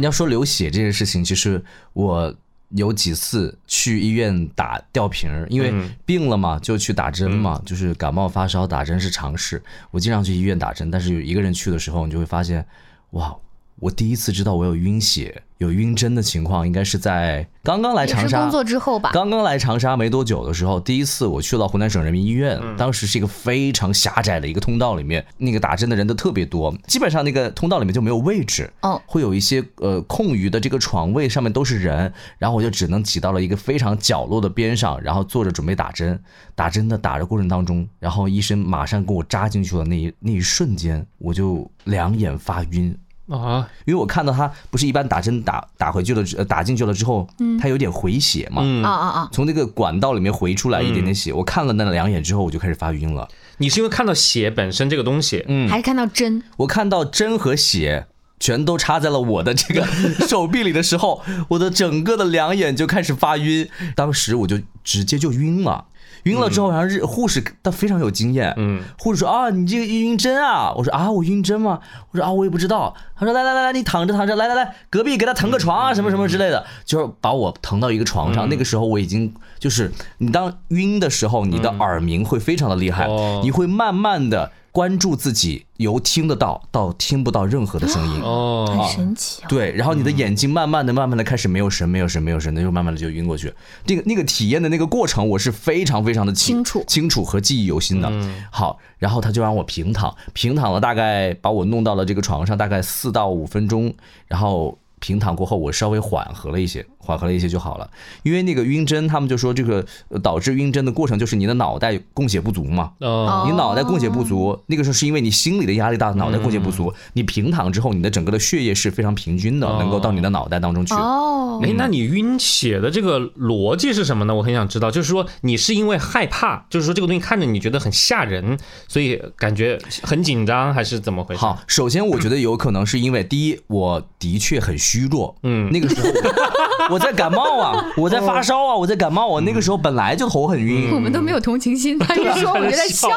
B: 你要说流血这件事情，其实我有几次去医院打吊瓶儿，因为病了嘛，就去打针嘛，就是感冒发烧打针是常事。我经常去医院打针，但是有一个人去的时候，你就会发现，哇，我第一次知道我有晕血、有晕针的情况，应该是在刚刚来
A: 也
B: 长
A: 是
B: 沙
A: 工作之后吧。
B: 刚刚来长沙没多久的时候，第一次我去到湖南省人民医院，当时是一个非常狭窄的一个通道里面，那个打针的人都特别多，基本上那个通道里面就没有位置，
A: 哦
B: 会有一些呃空余的这个床位上面都是人，然后我就只能挤到了一个非常角落的边上，然后坐着准备打针。打针的打的过程当中，然后医生马上给我扎进去了那一那一瞬间，我就两眼发晕，
C: 啊，
B: 因为我看到他不是一般打针打打回去了之，呃打进去了之后，
A: 嗯
B: 他有点回血嘛，
C: 嗯
A: 啊啊啊！
B: 从那个管道里面回出来一点点血，我看了那两眼之后，我就开始发晕了。
C: 你是因为看到血本身这个东西，
B: 嗯
A: 还是看到针，
B: 我看到针和血全都插在了我的这个手臂里的时候，我的整个的两眼就开始发晕，当时我就直接就晕了。晕了之后，然后日护士她非常有经验，嗯，护士说啊，你这个晕针啊，我说啊，我晕针吗？我说啊，我也不知道。她说来来来来，你躺着躺着，来来来，隔壁给他腾个床啊，什么什么之类的，就是把我腾到一个床
C: 嗯
B: 上。那个时候我已经就是，你当晕的时候，你的耳鸣会非常的厉害，
C: 哦
B: 你会慢慢的关注自己，由听得到到听不到任何的声音。
A: 很
C: 哦，
A: 神奇哦。
B: 对，然后你的眼睛慢慢的、慢慢的开始没有神、没有神、没有神的，就慢慢的就晕过去。这个那个体验的那个过程，我是非常非常的
A: 清楚
B: 清楚和记忆犹新的。好，然后他就让我平躺，平躺了大概把我弄到了这个床上，大概四到五分钟，然后平躺过后，我稍微缓和了一些，缓和了一些就好了。因为那个晕针，他们就说这个呃导致晕针的过程就是你的脑袋供血不足嘛，
C: 哦
B: 啊你脑袋供血不
A: 哦
B: 足，那个时候是因为你心理的压力大，脑袋供血不
A: 嗯
B: 足。你平躺之后，你的整个的血液是非常平均的，
C: 哦
B: 能够到你的脑袋当中去。
A: 哦，
C: 哎，那你晕血的这个逻辑是什么呢？我很想知道，就是说你是因为害怕，就是说这个东西看着你觉得很吓人，所以感觉很紧张，还是怎么回事？
B: 好，首先我觉得有可能是因为第一，我的确很虚弱，
C: 嗯
B: 那个时候我 我在感冒啊，我在发烧啊，我在感冒啊，我那个时候本来就头很晕，
A: 我们都没有同情心，他一说我就在笑。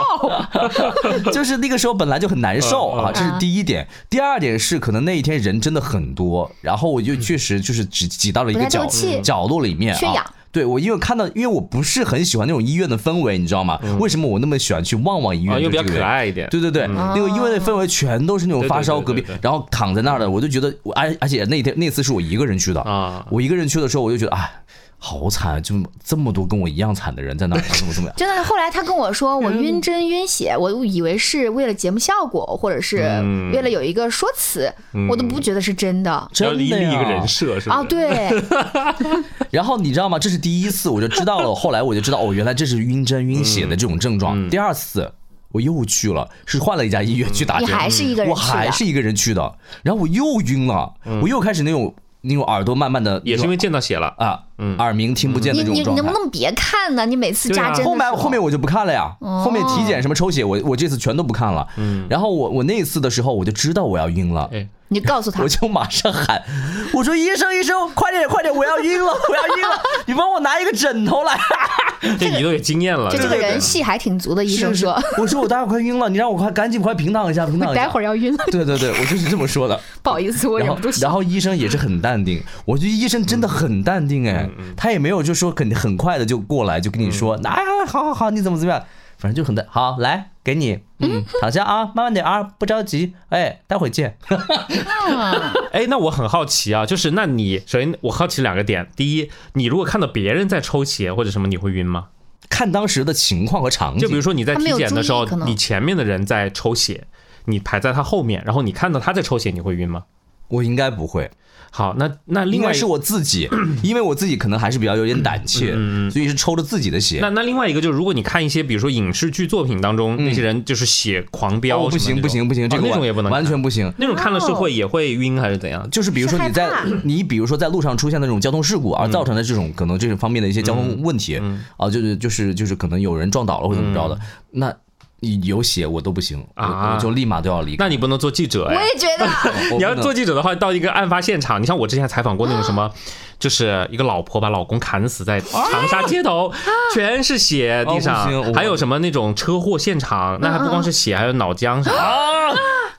B: 就是那个时候本来就很难受
C: 嗯嗯
B: 啊，这是第一点。第二点是可能那一天人真的很多，然后我就确实就是挤挤到了一个
A: 嗯不太
B: 角
A: 透气
B: 角落里面
A: 缺
B: 啊
A: 氧。。
B: 对，我因为看到，因为我不是很喜欢那种医院的氛围，你知道吗？为什么我那么喜欢去旺旺医
C: 嗯啊，
B: 院？就
C: 又比较
B: 这个
C: 可
B: 原因
C: 爱一点。
B: 对对对，那个医院的氛围全都是那种发烧隔壁
C: 对对对对对对，
B: 然后躺在那儿的，我就觉得我，而而且那天那次是我一个人去的
C: 啊
B: 我一个人去的时候，我就觉得哎，好惨，就这么多跟我一样惨的人在那儿，怎么怎么样
A: 真的，后来他跟我说
B: 嗯
A: 我晕针晕血，我以为是为了节目效果，或者是
C: 嗯
A: 为了有一个说辞，
B: 嗯
A: 我都不觉得是真的。
B: 真
C: 要
B: 的
C: 立立一个
B: 呀
C: 人设是吧？
A: 哦，对，
B: 然后你知道吗？这是第一次，我就知道了。后来我就知道，哦，原来这是晕针晕血的这种症状。
C: 嗯
B: 第二次我又去了，是换了一家医院去打
A: 你
B: 针，
A: 还是一个人
B: 我
A: 去的
B: 还，是一个人去的。然后我又晕了，我又开始那种那种耳朵慢慢的，
C: 嗯也是因为见到嗯血了。
B: 啊，耳鸣听不见的
A: 你
B: 这种
A: 你
B: 状
A: 你
B: 态啊
A: 能不。能别看呢？你每次扎针的时候
B: 后面后面我就不看了呀，
A: 哦
B: 后面体检什么抽血，我我这次全都不看了。然后我我那一次的时候，我就知道我要晕了，
C: 嗯哎，
A: 你就告诉他
B: 我，就马上喊，我说医生医生，快点快点，我要晕了，我要晕了，你帮我拿一个枕头来。
C: 这哎你都有经验了。
A: 就这个
C: 对对
A: 人戏还挺足的，医生
B: 是
A: 说，
B: 是我说我待会儿快晕了，你让我快赶紧快平躺一下，平躺一下。
A: 待会儿要晕了，
B: 对对对，我就是这么说的。
A: 不好意思，我
B: 然
A: 忍
B: 后
A: 不住，笑。
B: 然后医生也是很淡定，我觉得医生真
C: 嗯
B: 的很淡定哎，他也没有就说肯很快的就过来就跟
C: 嗯
B: 你说，哎呀，好好好，你怎么怎么样，反正就很淡。好，来给你，嗯，躺下啊，慢慢点啊，不着急，哎，待会儿见。
C: 哎，那我很好奇啊，就是那你首先我好奇两个点，第一，你如果看到别人在抽血或者什么，你会晕吗？
B: 看当时的情况和场景，
C: 就比如说你在
A: 他没
C: 体
A: 有
C: 检的时候
A: 注意可，能
C: 你前面的人在抽血，你排在他后面，然后你看到他在抽血，你会晕吗？
B: 我应该不会，
C: 好，那那
B: 应
C: 另
B: 该
C: 外嗯
B: 是我自己， 因为我自己可能还是比较有点胆怯，所以是抽着自己的血。
C: 那那另外一个就是，如果你看一些比如说影视剧作品当中、那些人就是血狂飙什
B: 哦
C: 么
B: 不
C: 那种、
B: 行不行不行，这
C: 哦
B: 个
C: 那种
B: 完
C: 也不能
B: 完
C: 看
B: 全不行。
C: 那种看了是会也会晕还是怎样？
B: 就是比如说
A: 是害
B: 你在
A: 怕
B: 你比如说在路上出现的这种交通事故而啊
C: 嗯
B: 造成的这种可能这种方面的一些交通问题啊，就是就是就是可能有人撞倒了或者怎么着的，那你有血我都不行，我
C: 嗯啊
B: 我就立马都要离开。
C: 那你不能做记者
A: 我
C: 哎。
A: 也觉得，
B: 我
C: 你要
B: 不能
C: 做记者的话，啊到一个案发现场，你像我之前采访过那种什么，就是一个老婆把老公砍死在长沙街头，全是血地
B: 哦
C: 上
B: 不行我，
C: 还有什么那种车祸现场，那还不光是血，还有脑浆啥的。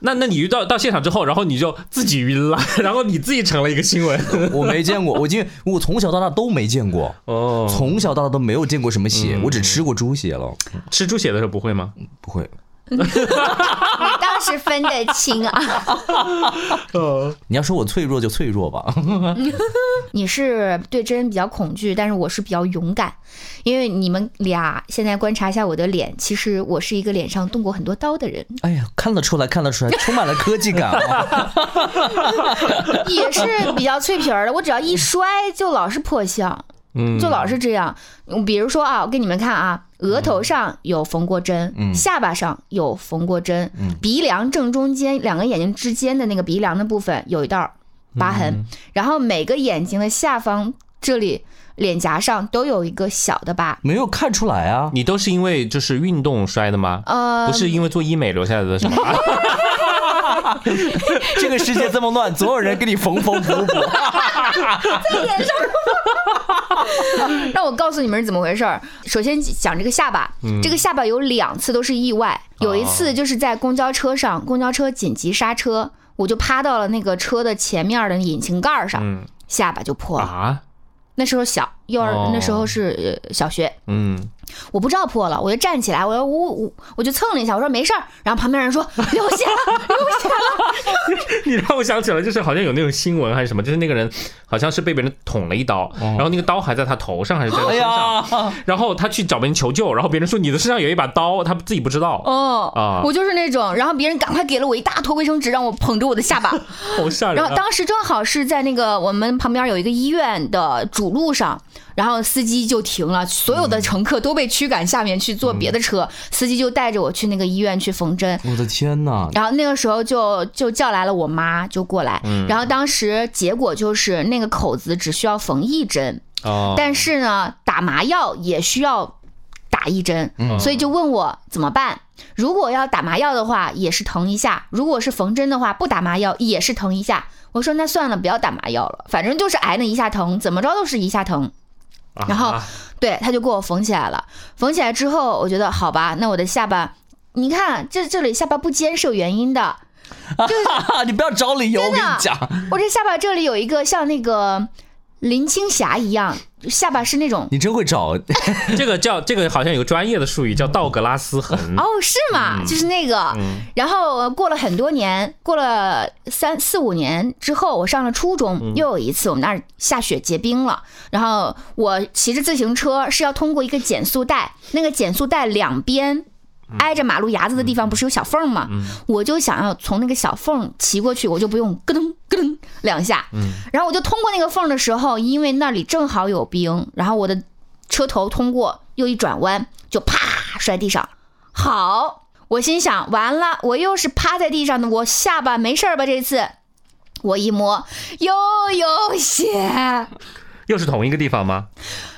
C: 那那你遇到到现场之后，然后你就自己晕了， 然后你自己成了一个新闻。
B: 我没见过，我 因为我从小到大都没见过，
C: 哦，嗯
B: 从小到大都没有见过什么血，我只吃过猪血了，
C: 吃猪血的时候不会吗？
B: 不会。
A: 你倒是哎分得清啊。
B: 你要说我脆弱就脆弱吧，
A: 你是对针比较恐惧，但是我是比较勇敢，因为你们俩现在观察一下我的脸，其实我是一个脸上动过很多刀的人，
B: 哎呀，看得出来，看得出来，充满了科技感啊！
A: 也是比较脆皮儿的。我只要一摔，就老是破相，
C: 嗯
A: 就老是这样。嗯比如说啊，我给你们看啊，额头上有缝过针，
C: 嗯
A: 下巴上有缝过针，鼻梁正中间两个眼睛之间的那个鼻梁的部分有一道儿疤痕，
C: 嗯
A: 然后每个眼睛的下方这里脸颊上都有一个小的疤。
B: 没有看出来啊，
C: 你都是因为就是运动摔的吗？
A: 呃，
C: 不是因为做医美留下来的是吗？
B: 这个世界这么乱，总有人给你缝缝补 补。
A: 让我告诉你们是怎么回事儿。首先讲这个下巴，
C: 嗯
A: 这个下巴有两次都是意外，
C: 哦
A: 有一次就是在公交车上，公交车紧急刹车，我就趴到了那个车的前面的引擎盖儿上，
C: 嗯
A: 下巴就破了。
C: 啊，
A: 那时候小幼儿，
C: 哦
A: 那时候是呃小学，
C: 嗯，
A: 我不知道破了，我就站起来，我说我我我就蹭了一下，我说没事儿，然后旁边人说 流 血了，
C: 你让我想起来，就是好像有那种新闻还是什么，就是那个人好像是被别人捅了一刀，
A: 哦
C: 然后那个刀还在他头上还是在他
B: 哎
C: 身
A: 哎
C: 上，然后他去找别人求救，然后别人说你的身上有一把刀，他自己不知道，
A: 哦，
C: 啊
A: 我就是那种，然后别人赶快给了我一大坨卫生纸，让我捧着我的下巴，
C: 好吓人
A: 然
C: 啊
A: 后！当时正好是在那个我们旁边有一个医院的主路上，然后司机就停了，所有的乘客都被驱赶下面去坐别
C: 嗯
A: 的车，司机就带着我去那个医院去缝针。
B: 我的天呐！
A: 然后那个时候就就叫来了我妈就过来，
C: 嗯
A: 然后当时结果就是那个口子只需要缝一针，
C: 哦
A: 但是呢打麻药也需要打一针，所以就问我怎么办。如果要打麻药的话，也是疼一下；如果是缝针的话，不打麻药也是疼一下。我说那算了，不要打麻药了，反正就是挨那一下疼，怎么着都是一下疼。然后
C: 啊
A: 对，他就给我缝起来了。缝起来之后，我觉得好吧，那我的下巴，你看这这里下巴不尖是有原因的，
B: 你不要找理由，我跟你讲，
A: 我这下巴这里有一个像那个林青霞一样，下巴是那种
B: 你真会找。
C: 这个叫这个好像有个专业的术语叫道格拉斯痕，
A: 哦，是吗？就是那个。然后呃过了很多年，过了三四五年之后，我上了初中，又有一次我们那儿下雪结冰了，然后我骑着自行车是要通过一个减速带，那个减速带两边。挨着马路牙子的地方不是有小缝吗？我就想要从那个小缝骑过去，我就不用咯噔咯噔两下。然后我就通过那个缝的时候，因为那里正好有冰，然后我的车头通过，又一转弯就啪摔地上。好，我心想，完了，我又是趴在地上的，我下巴没事儿吧？这次我一摸，又有血，
C: 又是同一个地方吗？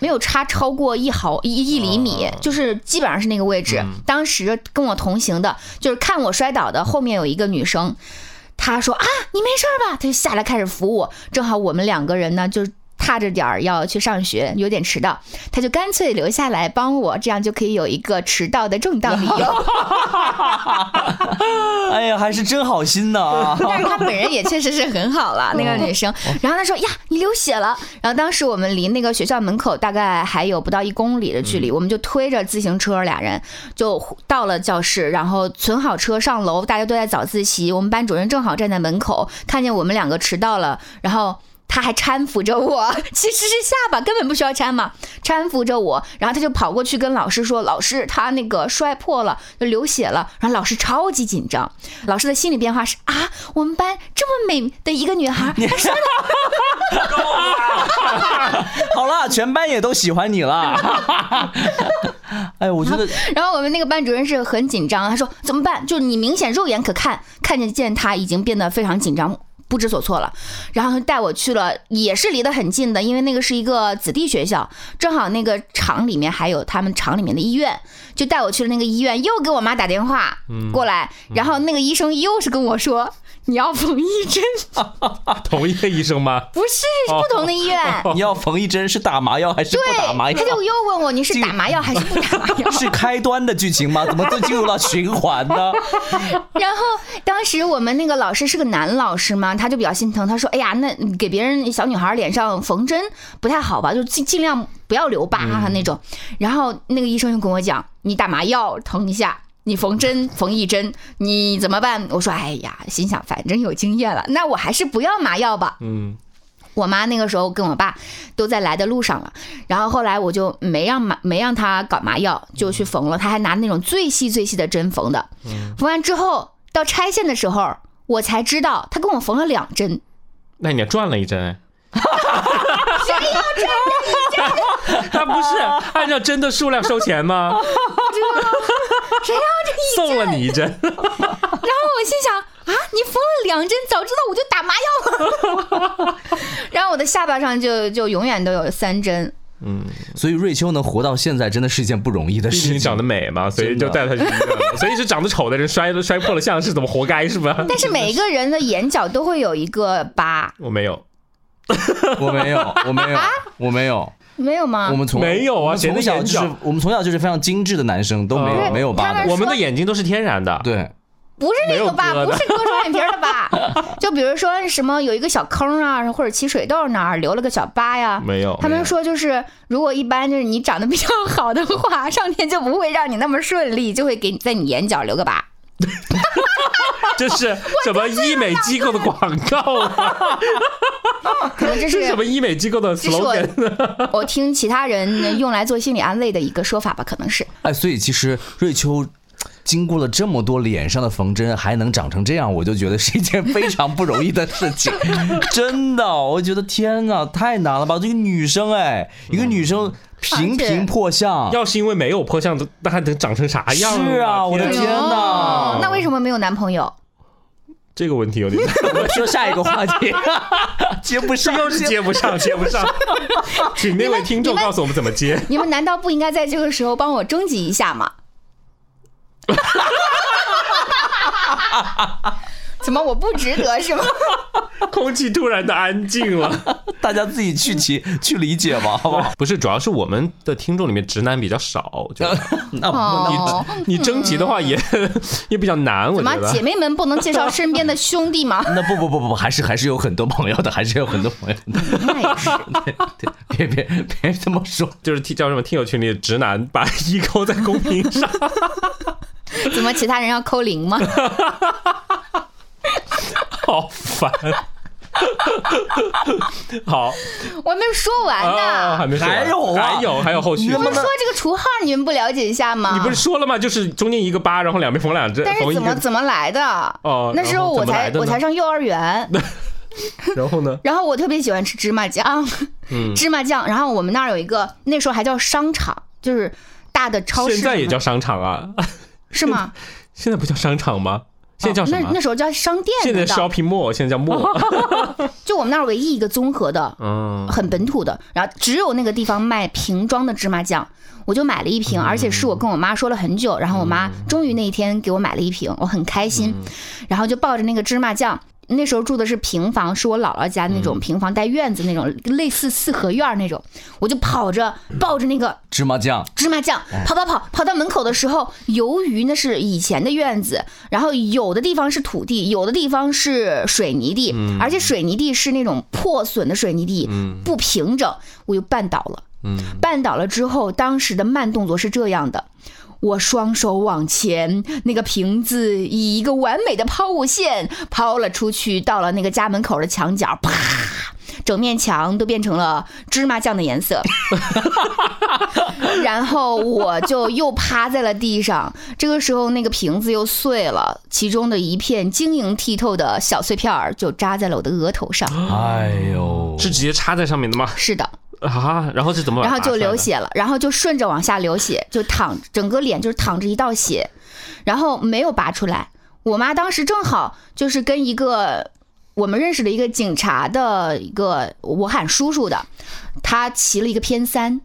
A: 没有差超过一毫一一厘米，就是基本上是那个位置。当时跟我同行的，就是看我摔倒的，后面有一个女生，她说啊，你没事儿吧？她就下来开始扶我，正好我们两个人呢，就是。踏着点儿要去上学，有点迟到，她就干脆留下来帮我，这样就可以有一个迟到的正当理由。
B: 哎呀，还是真好心啊呐、
A: 但是她本人也确实是很好了，那个女生。然后她说：“呀，你流血了。”然后当时我们离那个学校门口大概还有不到一公里的距离，我们就推着自行车，俩人就到了教室，然后存好车上楼，大家都在早自习。我们班主任正好站在门口，看见我们两个迟到了，然后。他还搀扶着我， 其实是下巴，根本不需要搀嘛，搀扶着我，然后他就跑过去跟老师说：“老师，他那个摔破了，就流血了。”然后老师超级紧张，老师的心理变化是啊，我们班这么美的一个女孩，她摔了，
B: 好啦，全班也都喜欢你了。 哎，我觉得
A: 然后我们那个班主任是很紧张，他说怎么办？就是你明显肉眼可看看见见他已经变得非常紧张。不知所措了，然后他带我去了，也是离得很近的，因为那个是一个子弟学校，正好那个厂里面还有他们厂里面的医院，就带我去了那个医院，又给我妈打电话过来，然后那个医生又是跟我说你要缝一针，
C: 同一个医生吗？
A: 不是不同的医院，
B: 你要缝一针是打麻药还是不打麻
A: 对，
B: 药
A: 他？就又问我你是打麻药还是不打麻药，
B: 是开端的剧情吗？怎么都进入到循环呢？
A: 然后当时我们那个老师是个男老师嘛，他就比较心疼，他说：“哎呀，那给别人小女孩脸上缝针不太好吧？就尽尽量不要留疤、那种。”然后那个医生就跟我讲：“你打麻药疼一下。”你缝针缝一针，你怎么办？我说，哎呀，心想反正有经验了，那我还是不要麻药吧。
C: 嗯，
A: 我妈那个时候跟我爸都在来的路上了，然后后来我就没让麻没让她搞麻药，就去缝了，她还拿那种最细最细的针缝的，缝完之后到拆线的时候，我才知道她跟我缝了两针，
C: 那你也转了一针 哎。谁要转啊他不是按照针的数量收钱
A: 哦
C: 吗？
A: 谁要这一针？
C: 送了你一针，
A: 然后我心想啊，你缝了两针，早知道我就打麻药了。然后我的下巴上就就永远都有三针，
B: 所以瑞秋能活到现在，真的是一件不容 易的
C: 毕
B: 事
C: 竟长
B: 情
C: 得。美嘛，所以
B: 真的
C: 就带他去医院 了。所以是长得丑的人摔摔破了相是怎么活该是吧？
A: 但是每一个人的眼角都会有一个疤，
C: 我没有，
B: 我没有，我没有，我没有，
A: 没有吗？
B: 我们从
C: 没有啊
B: 我们
C: 谁的
B: 从小
C: 眼
B: 就是
C: 角
B: 我们从小就是非常精致的男生，都没
C: 哦
B: 有没有疤
A: 他
B: 的。
C: 我们的眼睛都是天然的。
B: 对，
A: 不是那个
C: 没
A: 吧？
C: 有
A: 不
C: 割的
A: 是割双眼皮儿的 吧？就比如说什么有一个小坑啊，或者起水痘那儿留了个小疤呀。
C: 没有，
A: 啊他们说就是，如果一般就是你长得比较好的话，上天就不会让你那么顺利，就会给你在你眼角留个疤。
C: 这是什么医美机构的广告啊？
A: 可能这
C: 是
A: 是
C: 什么医美机构的
A: 这是我
C: slogan？
A: 我听其他人用来做心理安慰的一个说法吧，可能是
B: 哎，所以其实瑞秋。经过了这么多脸上的缝针，还能长成这样，我就觉得是一件非常不容易的事情， 真的，我觉得天哪，太难了吧！这个女生哎，一个女生频频破相，
C: 要是因为没有破相，那还能长成啥样？
B: 是啊我的天哪
A: 哎呦那为什么没有男朋友？
C: 这个问题有点，
B: 我们说下一个话题， 接不上，
C: 又是接不上，接不上。请那位听众告诉我们怎么接。
A: 你们难道不应该在这个时候帮我征集一下 吗？怎么我不值得是吗？
C: 空气突然的安静了，
B: 大家自己去提去理解吧，好不好？
C: 不是，主要是我们的听众里面直男比较少，就
B: 那我
A: 哦，
C: 你征集的话也也比较难，我
A: 怎么
C: 觉
A: 姐
C: 得。
A: 妹们不能介绍身边的兄弟 吗？
B: 那不不不不不，还是还是有很多朋友的，还是有很多朋友的，
A: 那也是，
B: 别别别别这么说，
C: 就是听叫什么听友群里的直男把一扣在公屏上，
A: 怎么其他人要扣零 吗？
C: 好烦。 好，
A: 我还没有说完
C: 啊，
A: 呢。
C: 还没说完，
B: 还有啊
C: 还有，还有后续。
B: 你
C: 你
B: 他妈
A: 不是说这个除号你们不了解一下吗？
C: 不是说了吗？就是中间一个八，然后两边缝两针，
A: 但
C: 缝
A: 是
C: 一
A: 怎么
C: 个。
A: 怎么来的？
C: 哦
A: 那时候我才
C: 然后怎么来的呢
A: 我才上幼儿园，
C: 然后呢？
A: 然后我特别喜欢吃芝麻 酱，
C: 嗯
A: 芝麻酱。然后我们那儿有一个，那时候还叫商场，就是大的超市，
C: 现在也叫商场啊？
A: 是吗？
C: 现在不叫商场吗？现在叫什
A: 哦那
C: 么
A: 那？时候叫商店，
C: 现在
A: 你知道哦
C: shopping mall，现在叫 mall。
A: 就我们那儿唯一一个综合的，
C: 嗯，
A: 很本土的，然后只有那个地方卖瓶装的芝麻酱，我就买了一瓶，而且是我跟我妈说了很久，然后我妈终于那一天给我买了一瓶，我很开心，然后就抱着那个芝麻酱。那时候住的是平房，是我姥姥家那种平房带院子那种，类似四合院儿那种。我就跑着抱着那个
B: 芝麻酱
A: 芝麻酱跑跑跑跑到门口的时候，由于那是以前的院子，然后有的地方是土地，有的地方是水泥地，而且水泥地是那种破损的水泥地，不平整，我就绊倒了。绊倒了之后，当时的慢动作是这样的。我双手往前，那个瓶子以一个完美的抛物线抛了出去，到了那个家门口的墙角，啪，整面墙都变成了芝麻酱的颜色。然后我就又趴在了地上。这个时候，那个瓶子又碎了，其中的一片晶莹剔透的小碎片儿就扎在了我的额头上。
C: 啊
B: 哎呦，
C: 是直接插在上面的吗？
A: 是的，
C: 啊，然后是怎么把
A: 然
C: 它
A: 后
C: 拔出
A: 就
C: 来的？
A: 流血了，然后就顺着往下流血，就淌整个脸就是淌着一道血，然后没有拔出来。我妈当时正好就是跟一个我们认识的一个警察的一个我喊叔叔的，他骑了一个偏三，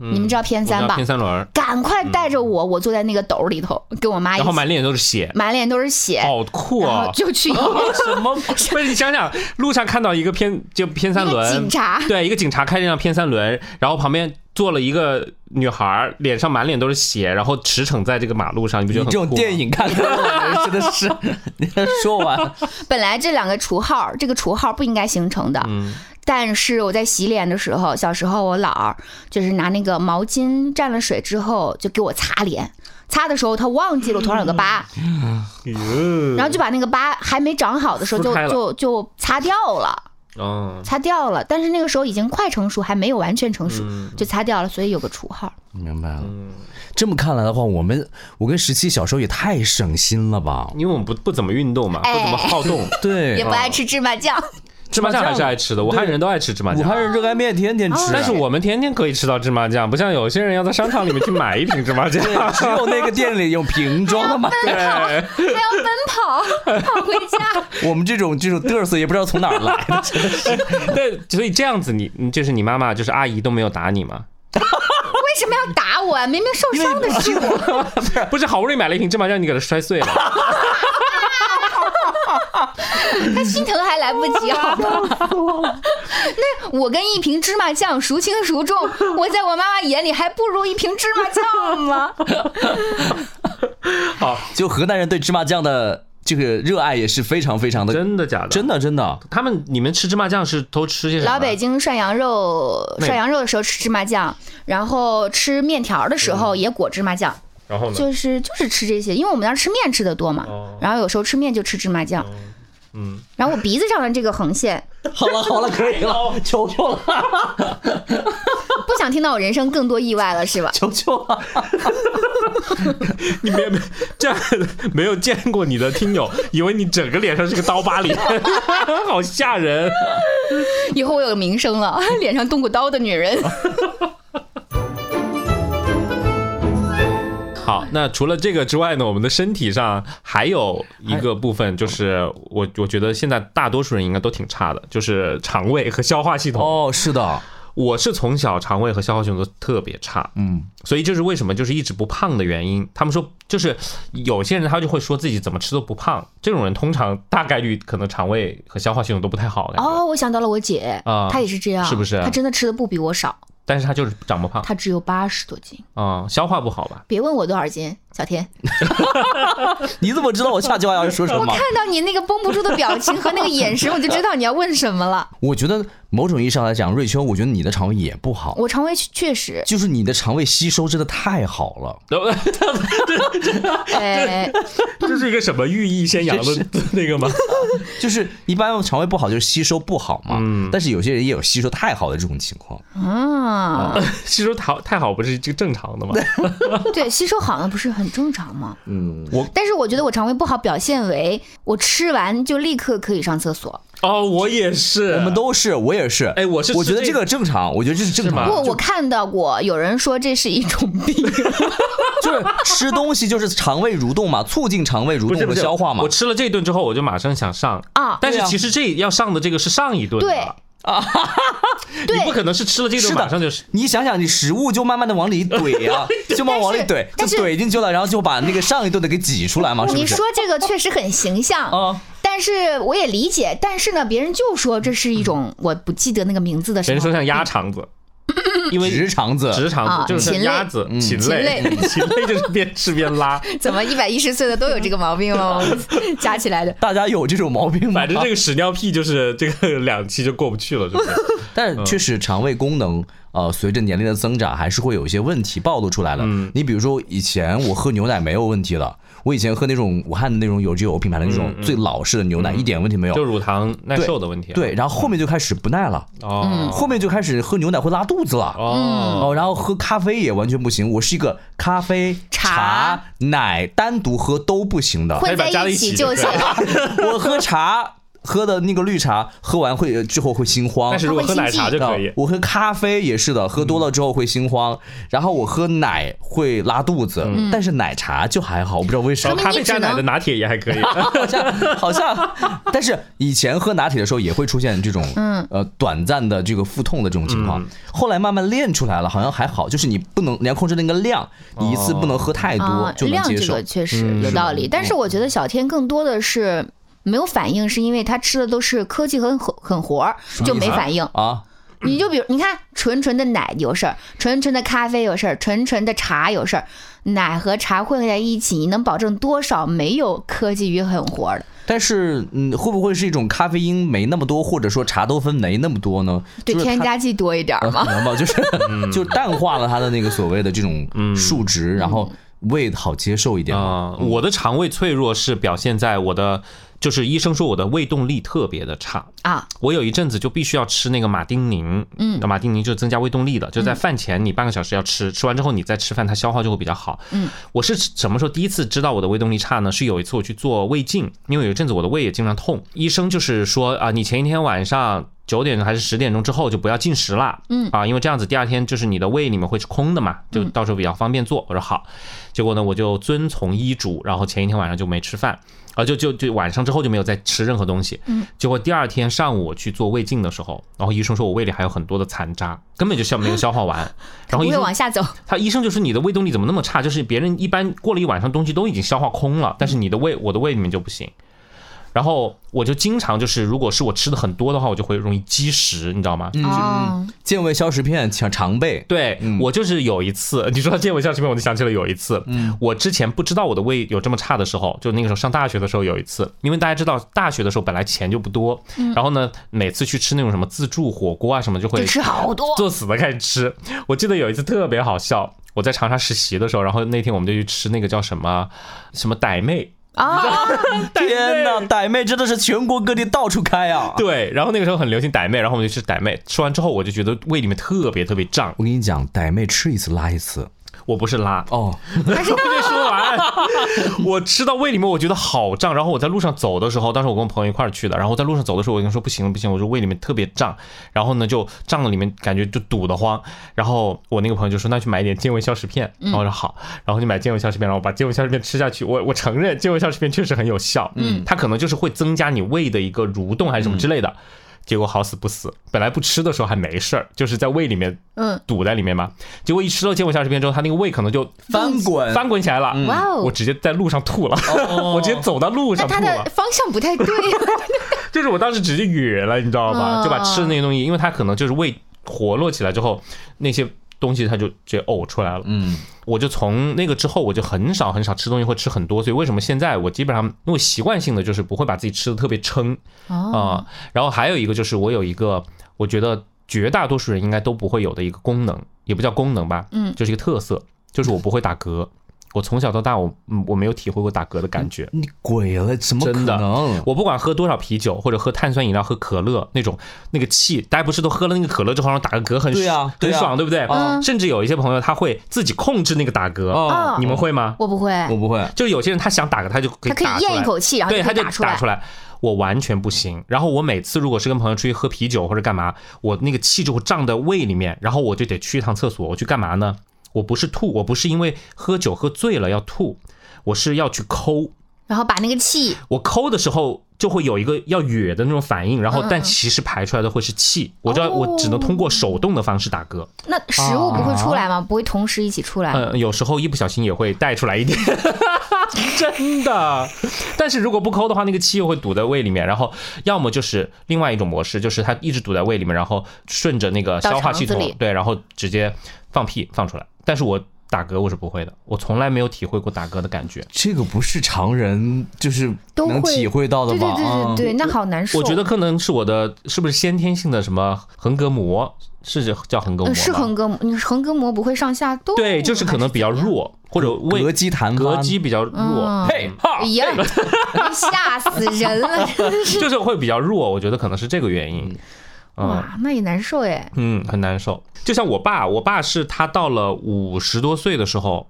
A: 你们知道偏
C: 嗯我知道
A: 三吧？
C: 偏三轮儿，
A: 赶快带着我，我坐在那个斗里头，跟我妈一
C: 嗯然后
A: 起，
C: 满脸都是血，
A: 满脸都是血，
C: 好酷
A: 然
C: 啊
A: 后！就去医 院
C: 什么？ 不是你想想，路上看到一个偏就偏三
A: 一个
C: 轮，
A: 警察，
C: 对，一个警察开这辆偏三轮，然后旁边坐了一个女孩儿，脸上满脸都是血，然后驰骋在这个马路上，你不
B: 你
C: 觉得
B: 这
C: 很
B: 种
C: 酷吗
B: 电？影看 多了，真的是。 你说完，
A: 本来这两个除号，这个除号不应该形成的。
C: 嗯
A: 但是我在洗脸的时候，小时候我姥儿就是拿那个毛巾蘸了水之后，就给我擦脸。擦的时候，她忘记了我头上有个疤，
C: 嗯哟
A: 然后就把那个疤还没长好的时候就
C: 撕开了
A: 就就擦掉了，
C: 嗯，
A: 擦掉了。但是那个时候已经快成熟，还没有完全成熟，
C: 嗯
A: 就擦掉了，所以有个除号。
B: 明白了。这么看来的话，我们我跟十七小时候也太省心了吧？
C: 因为我们不不怎么运动嘛，不怎
A: 哎
C: 么好 动，
B: 对，
A: 也不爱吃芝麻酱，
C: 芝麻酱还是爱吃的，武汉人都爱吃芝麻
B: 武汉
C: 酱。
B: 人热干面天天吃，
C: 但是我们天天可以吃到芝麻酱，不像有些人要在商场里面去买一瓶芝麻酱。
B: 只有那个店里有瓶装 的嘛。
C: 对，
A: 还要奔跑跑回家。
B: 我们这种这种嘚瑟也不知道从哪儿来 的，真的是。
C: 对，所以这样子你，你就是你妈妈，就是阿姨都没有打你吗？
A: 为什么要打我啊？明明受伤的是我。
C: 不是，好不容易买了一瓶芝麻酱，你给它摔碎了。
A: 他心疼还来不及，好吗？那我跟一瓶芝麻酱孰轻孰重？我在我妈妈眼里还不如一瓶芝麻酱吗？
C: 好，
B: 就河南人对芝麻酱的这个热爱也是非常非常的，
C: 真的假的？
B: 真的真的。
C: 他们你们吃芝麻酱是都吃些什么？
A: 老北京涮羊肉，
C: 那
A: 涮羊肉的时候吃芝麻酱，然后吃面条的时候也裹芝麻酱。
C: 然后呢？
A: 就是就是吃这些，因为我们那儿吃面吃的多嘛，
C: 嗯哦
A: 然后有时候吃面就吃芝麻酱。
C: 嗯，
A: 然后我鼻子上的这个横线，
B: 好了好了，可以 了，求求了，
A: 不想听到我人生更多意外了，是吧？
B: 求求了。
C: 你没没这样没有见过你的听友，以为你整个脸上是个刀疤脸， 好吓人。
A: 以后我有名声 了，脸上动过刀的女人。
C: 好，那除了这个之外呢，我们的身体上还有一个部分，就是我我觉得现在大多数人应该都挺差的，就是肠胃和消化系统。
B: 哦，是的，
C: 我是从小肠胃和消化系统都特别差，
B: 嗯，
C: 所以这是为什么就是一直不胖的原因。他们说，就是有些人他就会说自己怎么吃都不胖，这种人通常大概率可能肠胃和消化系统都不太好，感 觉
A: 哦，我想到了我姐，
C: 啊
A: 她也是这样，
C: 是不是
A: 她真的吃的不比我少，
C: 但是他就是长不胖
A: 她只有八十多斤。
C: 啊、消化不好吧？
A: 别问我多少斤，小天，
B: 你怎么知道我下句话要说什么？
A: 看到你那个绷不住的表情和那个眼神，我就知道你要问什么了。
B: 我觉得某种意义上来讲，瑞秋，我觉得你的肠胃也不好，
A: 我肠胃确 实，
B: 就是你的肠胃吸收真的太好了。
A: 哎，
C: 这是一个什么寓意先扬的那个吗？
B: 就是一般肠胃不好就是吸收不好嘛，
C: 嗯
B: 但是有些人也有吸收太好的这种情况。
A: 啊，
C: 吸收太好太好不 是这个正常的吗？
A: 对，吸收好那不是很正常吗？
B: 嗯，
A: 但是我觉得我肠胃不好表现为我吃完就立刻可以上厕所，
C: 哦，我也是，
B: 我们都是，我也是，
C: 哎我是
B: 我觉得
C: 吃这
B: 这个正常，我觉得这是正常
C: 是
A: 不，
C: 吗
B: 的，
A: 我看到过有人说这是一种 病，
B: 就是吃东西就是肠胃蠕动嘛，促进肠胃蠕
C: 不是
B: 动
C: 不
B: 和
C: 是
B: 消化嘛
C: 我。吃了这顿之后，我就马上想上
A: 啊
C: 但是
B: 对啊
C: 其实这要上的这个是上一顿的
A: 对
C: 啊，
A: 对
C: 你不可能是吃了这顿
B: 是的
C: 马上就是。
B: 你想想，你食物就慢慢的往里怼呀、 就慢慢往里怼，就
A: 但是
B: 怼进去了，然后就把那个上一顿的给挤出来嘛，啊是
A: 你
B: 不是
A: 说？这个确实很形象，
B: 啊，
A: 但是我也理解，但是呢，别人就说这是一种我不记得那个名字的什
C: 人说
A: 么。
C: 像鸭肠子，因为
B: 直肠子，
C: 直肠
A: 啊
C: 子就是像
A: 禽类
C: 鸭子、禽类、
A: 禽
C: 禽类就是边吃边拉。
A: 怎么一百一十岁的都有这个毛病了？我 们加起来的，
B: 大家有这种毛病吗？
C: 反正这个屎尿屁就是这个 两期就过不去了， 是不是？嗯
B: 但确实肠胃功能，呃，随着年龄的增长，还是会有一些问题暴露出来了。
C: 嗯
B: 你比如说，以前我喝牛奶没有问题的，我以前喝那种武汉的那种有机有品牌的那种最老式的牛奶，一点问题没有。
C: 嗯就乳糖耐受的问题啊。
B: 对，嗯然后后面就开始不耐了，
C: 哦
B: 后面就开始喝牛奶会拉肚子了。
C: 哦，
B: 哦，然后喝咖啡也完全不行，我是一个咖啡、
A: 茶
B: 茶、奶单独喝都不行的。
A: 混在
C: 把它加在
A: 一
C: 一
A: 起
C: 起
A: 就
C: 对
A: 行。
B: 我喝茶喝的那个绿茶，喝完会之后会心慌
C: 但。是如果喝奶茶就可以
B: 啊。我喝咖啡也是的，喝多了之后会心慌，然后我喝奶会拉肚子，
C: 嗯
B: 但是奶茶就还好，我不知道为什
C: 然
A: 说
B: 么
C: 后
A: 明。
C: 咖啡加
A: 你只能
C: 奶的拿铁也还可以。
B: 好像好像，但是以前喝拿铁的时候也会出现这种，
A: 嗯
B: 呃，短暂的这个腹痛的这种情
C: 嗯
B: 况。后来慢慢练出来了，好像还好，就是你不能你要控制那个量，你一次不能喝太多
A: 啊，
B: 就能
A: 量
B: 接
A: 这
B: 受嗯
A: 个。确实有道理，但是我觉得小天更多的是没有反应，是因为他吃的都是科技很狠狠活儿，就没反应。
B: 啊，
A: 你就比如，你看纯纯的奶有事儿，纯纯的咖啡有事儿，纯纯的茶有事儿，奶和茶混合在一起，你能保证多少没有科技与狠活儿的？
B: 但是，嗯，会不会是一种咖啡因没那么多，或者说茶多酚没那么多呢？
A: 对，
B: 就是它
A: 添加剂多一点
C: 呃
A: 儿嘛。
B: 可能吧，就是
C: 嗯
B: 就淡化了它的那个所谓的这种数值，然后胃好接受一点嘛。
C: 啊、我的肠胃脆弱是表现在我的，就是医生说我的胃动力特别的差。
A: 啊，
C: 我有一阵子就必须要吃那个马丁宁，嗯，马丁宁就是增加胃动力的，就在饭前你半个小时要吃，吃完之后你再吃饭，它消化就会比较好。嗯，我是什么时候第一次知道我的胃动力差呢？是有一次我去做胃镜，因为有一阵子我的胃也经常痛，医生就是说啊，你前一天晚上。九点还是十点钟之后就不要进食啦，嗯啊，因为这样子第二天就是你的胃里面会是空的嘛，就到时候比较方便做。我说好，结果呢我就遵从医嘱，然后前一天晚上就没吃饭，啊，就就就晚上之后就没有再吃任何东西。嗯，结果第二天上午我去做胃镜的时候，然后医生说我胃里还有很多的残渣，根本就消没有消化完。然后
A: 不
C: 医
A: 会
C: 生
A: 往下走。
C: 他医生就说你的胃动力怎么那么差？就是别人一般过了一晚上东西都已经消化空了，但是你的胃我的胃里面就不行。然后我就经常就是，如果是我吃的很多的话，我就会容易积食，你知道吗？
A: 哦，
B: 健胃消食片常常备，
C: 对、我就是有一次， 你说到健胃消食片，我就想起了有一次，我之前不知道我的胃有这么差的时候，就那个时候上大学的时候有一次，因为大家知道大学的时候本来钱就不多，然后呢，每次去吃那种什么自助火锅啊什么，就会
A: 就吃好多
C: 作死的开始吃。我记得有一次特别好笑，我在长沙实习的时候，然后那天我们就去吃那个叫什么什么傣妹，
A: 啊，
B: 天呐，傣妹真的是全国各地到处开啊！
C: 对，然后那个时候很流行傣妹，然后我们就吃傣妹，吃完之后我就觉得胃里面特别特别胀，
B: 我跟你讲，傣妹吃一次拉一次
C: 我不是拉，
B: 哦，
A: 还是
C: 没说完， 我吃到胃里面，我觉得好胀。然后我在路上走的时候，当时我跟我朋友一块儿去的，然后在路上走的时候，我跟他说不行不行，我说胃里面特别胀，然后呢就胀了，里面感觉就堵得慌。然后我那个朋友就说那去买一点健胃消食片，然后我说好，然后就买健胃消食片，然后把健胃消食片吃下去。我我承认健胃消食片确实很有效，嗯，它可能就是会增加你胃的一个蠕动还是什么之类的。结果好死不死，本来不吃的时候还没事儿，就是在胃里面
A: 嗯，
C: 堵在里面嘛。结果一吃了健胃消食片之后，他那个胃可能就
B: 翻滚
C: 翻滚起来了。
A: 哇哦
C: 我直接在路上吐了， 我直接走到路
A: 那
C: 上
A: 他
C: 吐了
A: 的，方向不 太对，
C: 就是我当时直接哕了，你知道吧？
A: 嗯
C: 就把吃的那些东西，因为它可能就是胃活络起来之后，那些东西它就直接呕出来了。
B: 嗯，
C: 我就从那个之后，我就很少很少吃东西，会吃很多。所以为什么现在我基本上，因为我习惯性的就是不会把自己吃的特别撑啊、
A: 哦，
C: 然后还有一个就是我有一个，我觉得绝大多数人应该都不会有的一个功能，也不叫功能吧，
A: 嗯
C: 就是一个特色，就是我不会打嗝。我从小到大我，嗯我没有体会过打嗝的感觉。
B: 你鬼了，怎么可
C: 真的哦
B: 能？
C: 我不管喝多少啤酒，或者喝碳酸饮料、喝可乐那种那个气，大家不是都喝了那个可乐之后，然后打个嗝很
B: 对啊对
C: 很
B: 啊
C: 爽，对不对？
A: 嗯
C: 甚至有一些朋友他会自己控制那个打嗝，
A: 哦
C: 你们会吗？
A: 我不会，
B: 我不会，
C: 就有些人他想打嗝，他就可以
A: 他可
C: 打
A: 以
C: 出来
A: 咽一口气，然后
C: 对，
A: 可
C: 他
A: 以
C: 就
A: 出来。
C: 出来。我完全不行，然后我每次如果是跟朋友出去喝啤酒或者干嘛，我那个气就会胀在胃里面，然后我就得去一趟厕所。我去干嘛呢？我不是吐，我不是因为喝酒喝醉了要吐，我是要去抠。
A: 然后把那个气，
C: 我抠的时候就会有一个要哕的那种反应，然后
A: 嗯嗯
C: 但其实排出来的会是气，我知道我只能通过手动的方式打嗝，
A: 那食物不会出
C: 啊
A: 来吗？不会同时一起出来吗？
C: 嗯，有时候一不小心也会带出来一点， 真的。但是如果不抠的话，那个气又会堵在胃里面，然后要么就是另外一种模式，就是它一直堵在胃里面，然后顺着那个消化
A: 到肠子
C: 系统
A: 里，
C: 对，然后直接放屁放出来。但是我打嗝我是不会的，我从来没有体会过打嗝的感觉。
B: 这个不是常人就是
A: 都
B: 能
A: 会
B: 体会到的
A: 对对
B: 吧？啊
A: 对对对，那好难受。
C: 嗯我觉得可能是我的，是不是先天性的什么横膈膜？是叫横膈膜吗？
A: 嗯是横膈膜，你横膈膜不会上下动，
C: 对，就是可能比较
A: 还是怎么
C: 弱，或者
B: 嗯
C: 胃
B: 膈肌弹
C: 膈
B: 发，
C: 肌比较弱
A: 嗯，
C: 嘿哈
A: 样。， 哎呀，你吓死人了！真的是
C: 就是会比较弱，我觉得可能是这个原因。嗯
A: 哇，那也难受哎。
C: 嗯，很难受。就像我爸，我爸是他到了五十多岁的时候，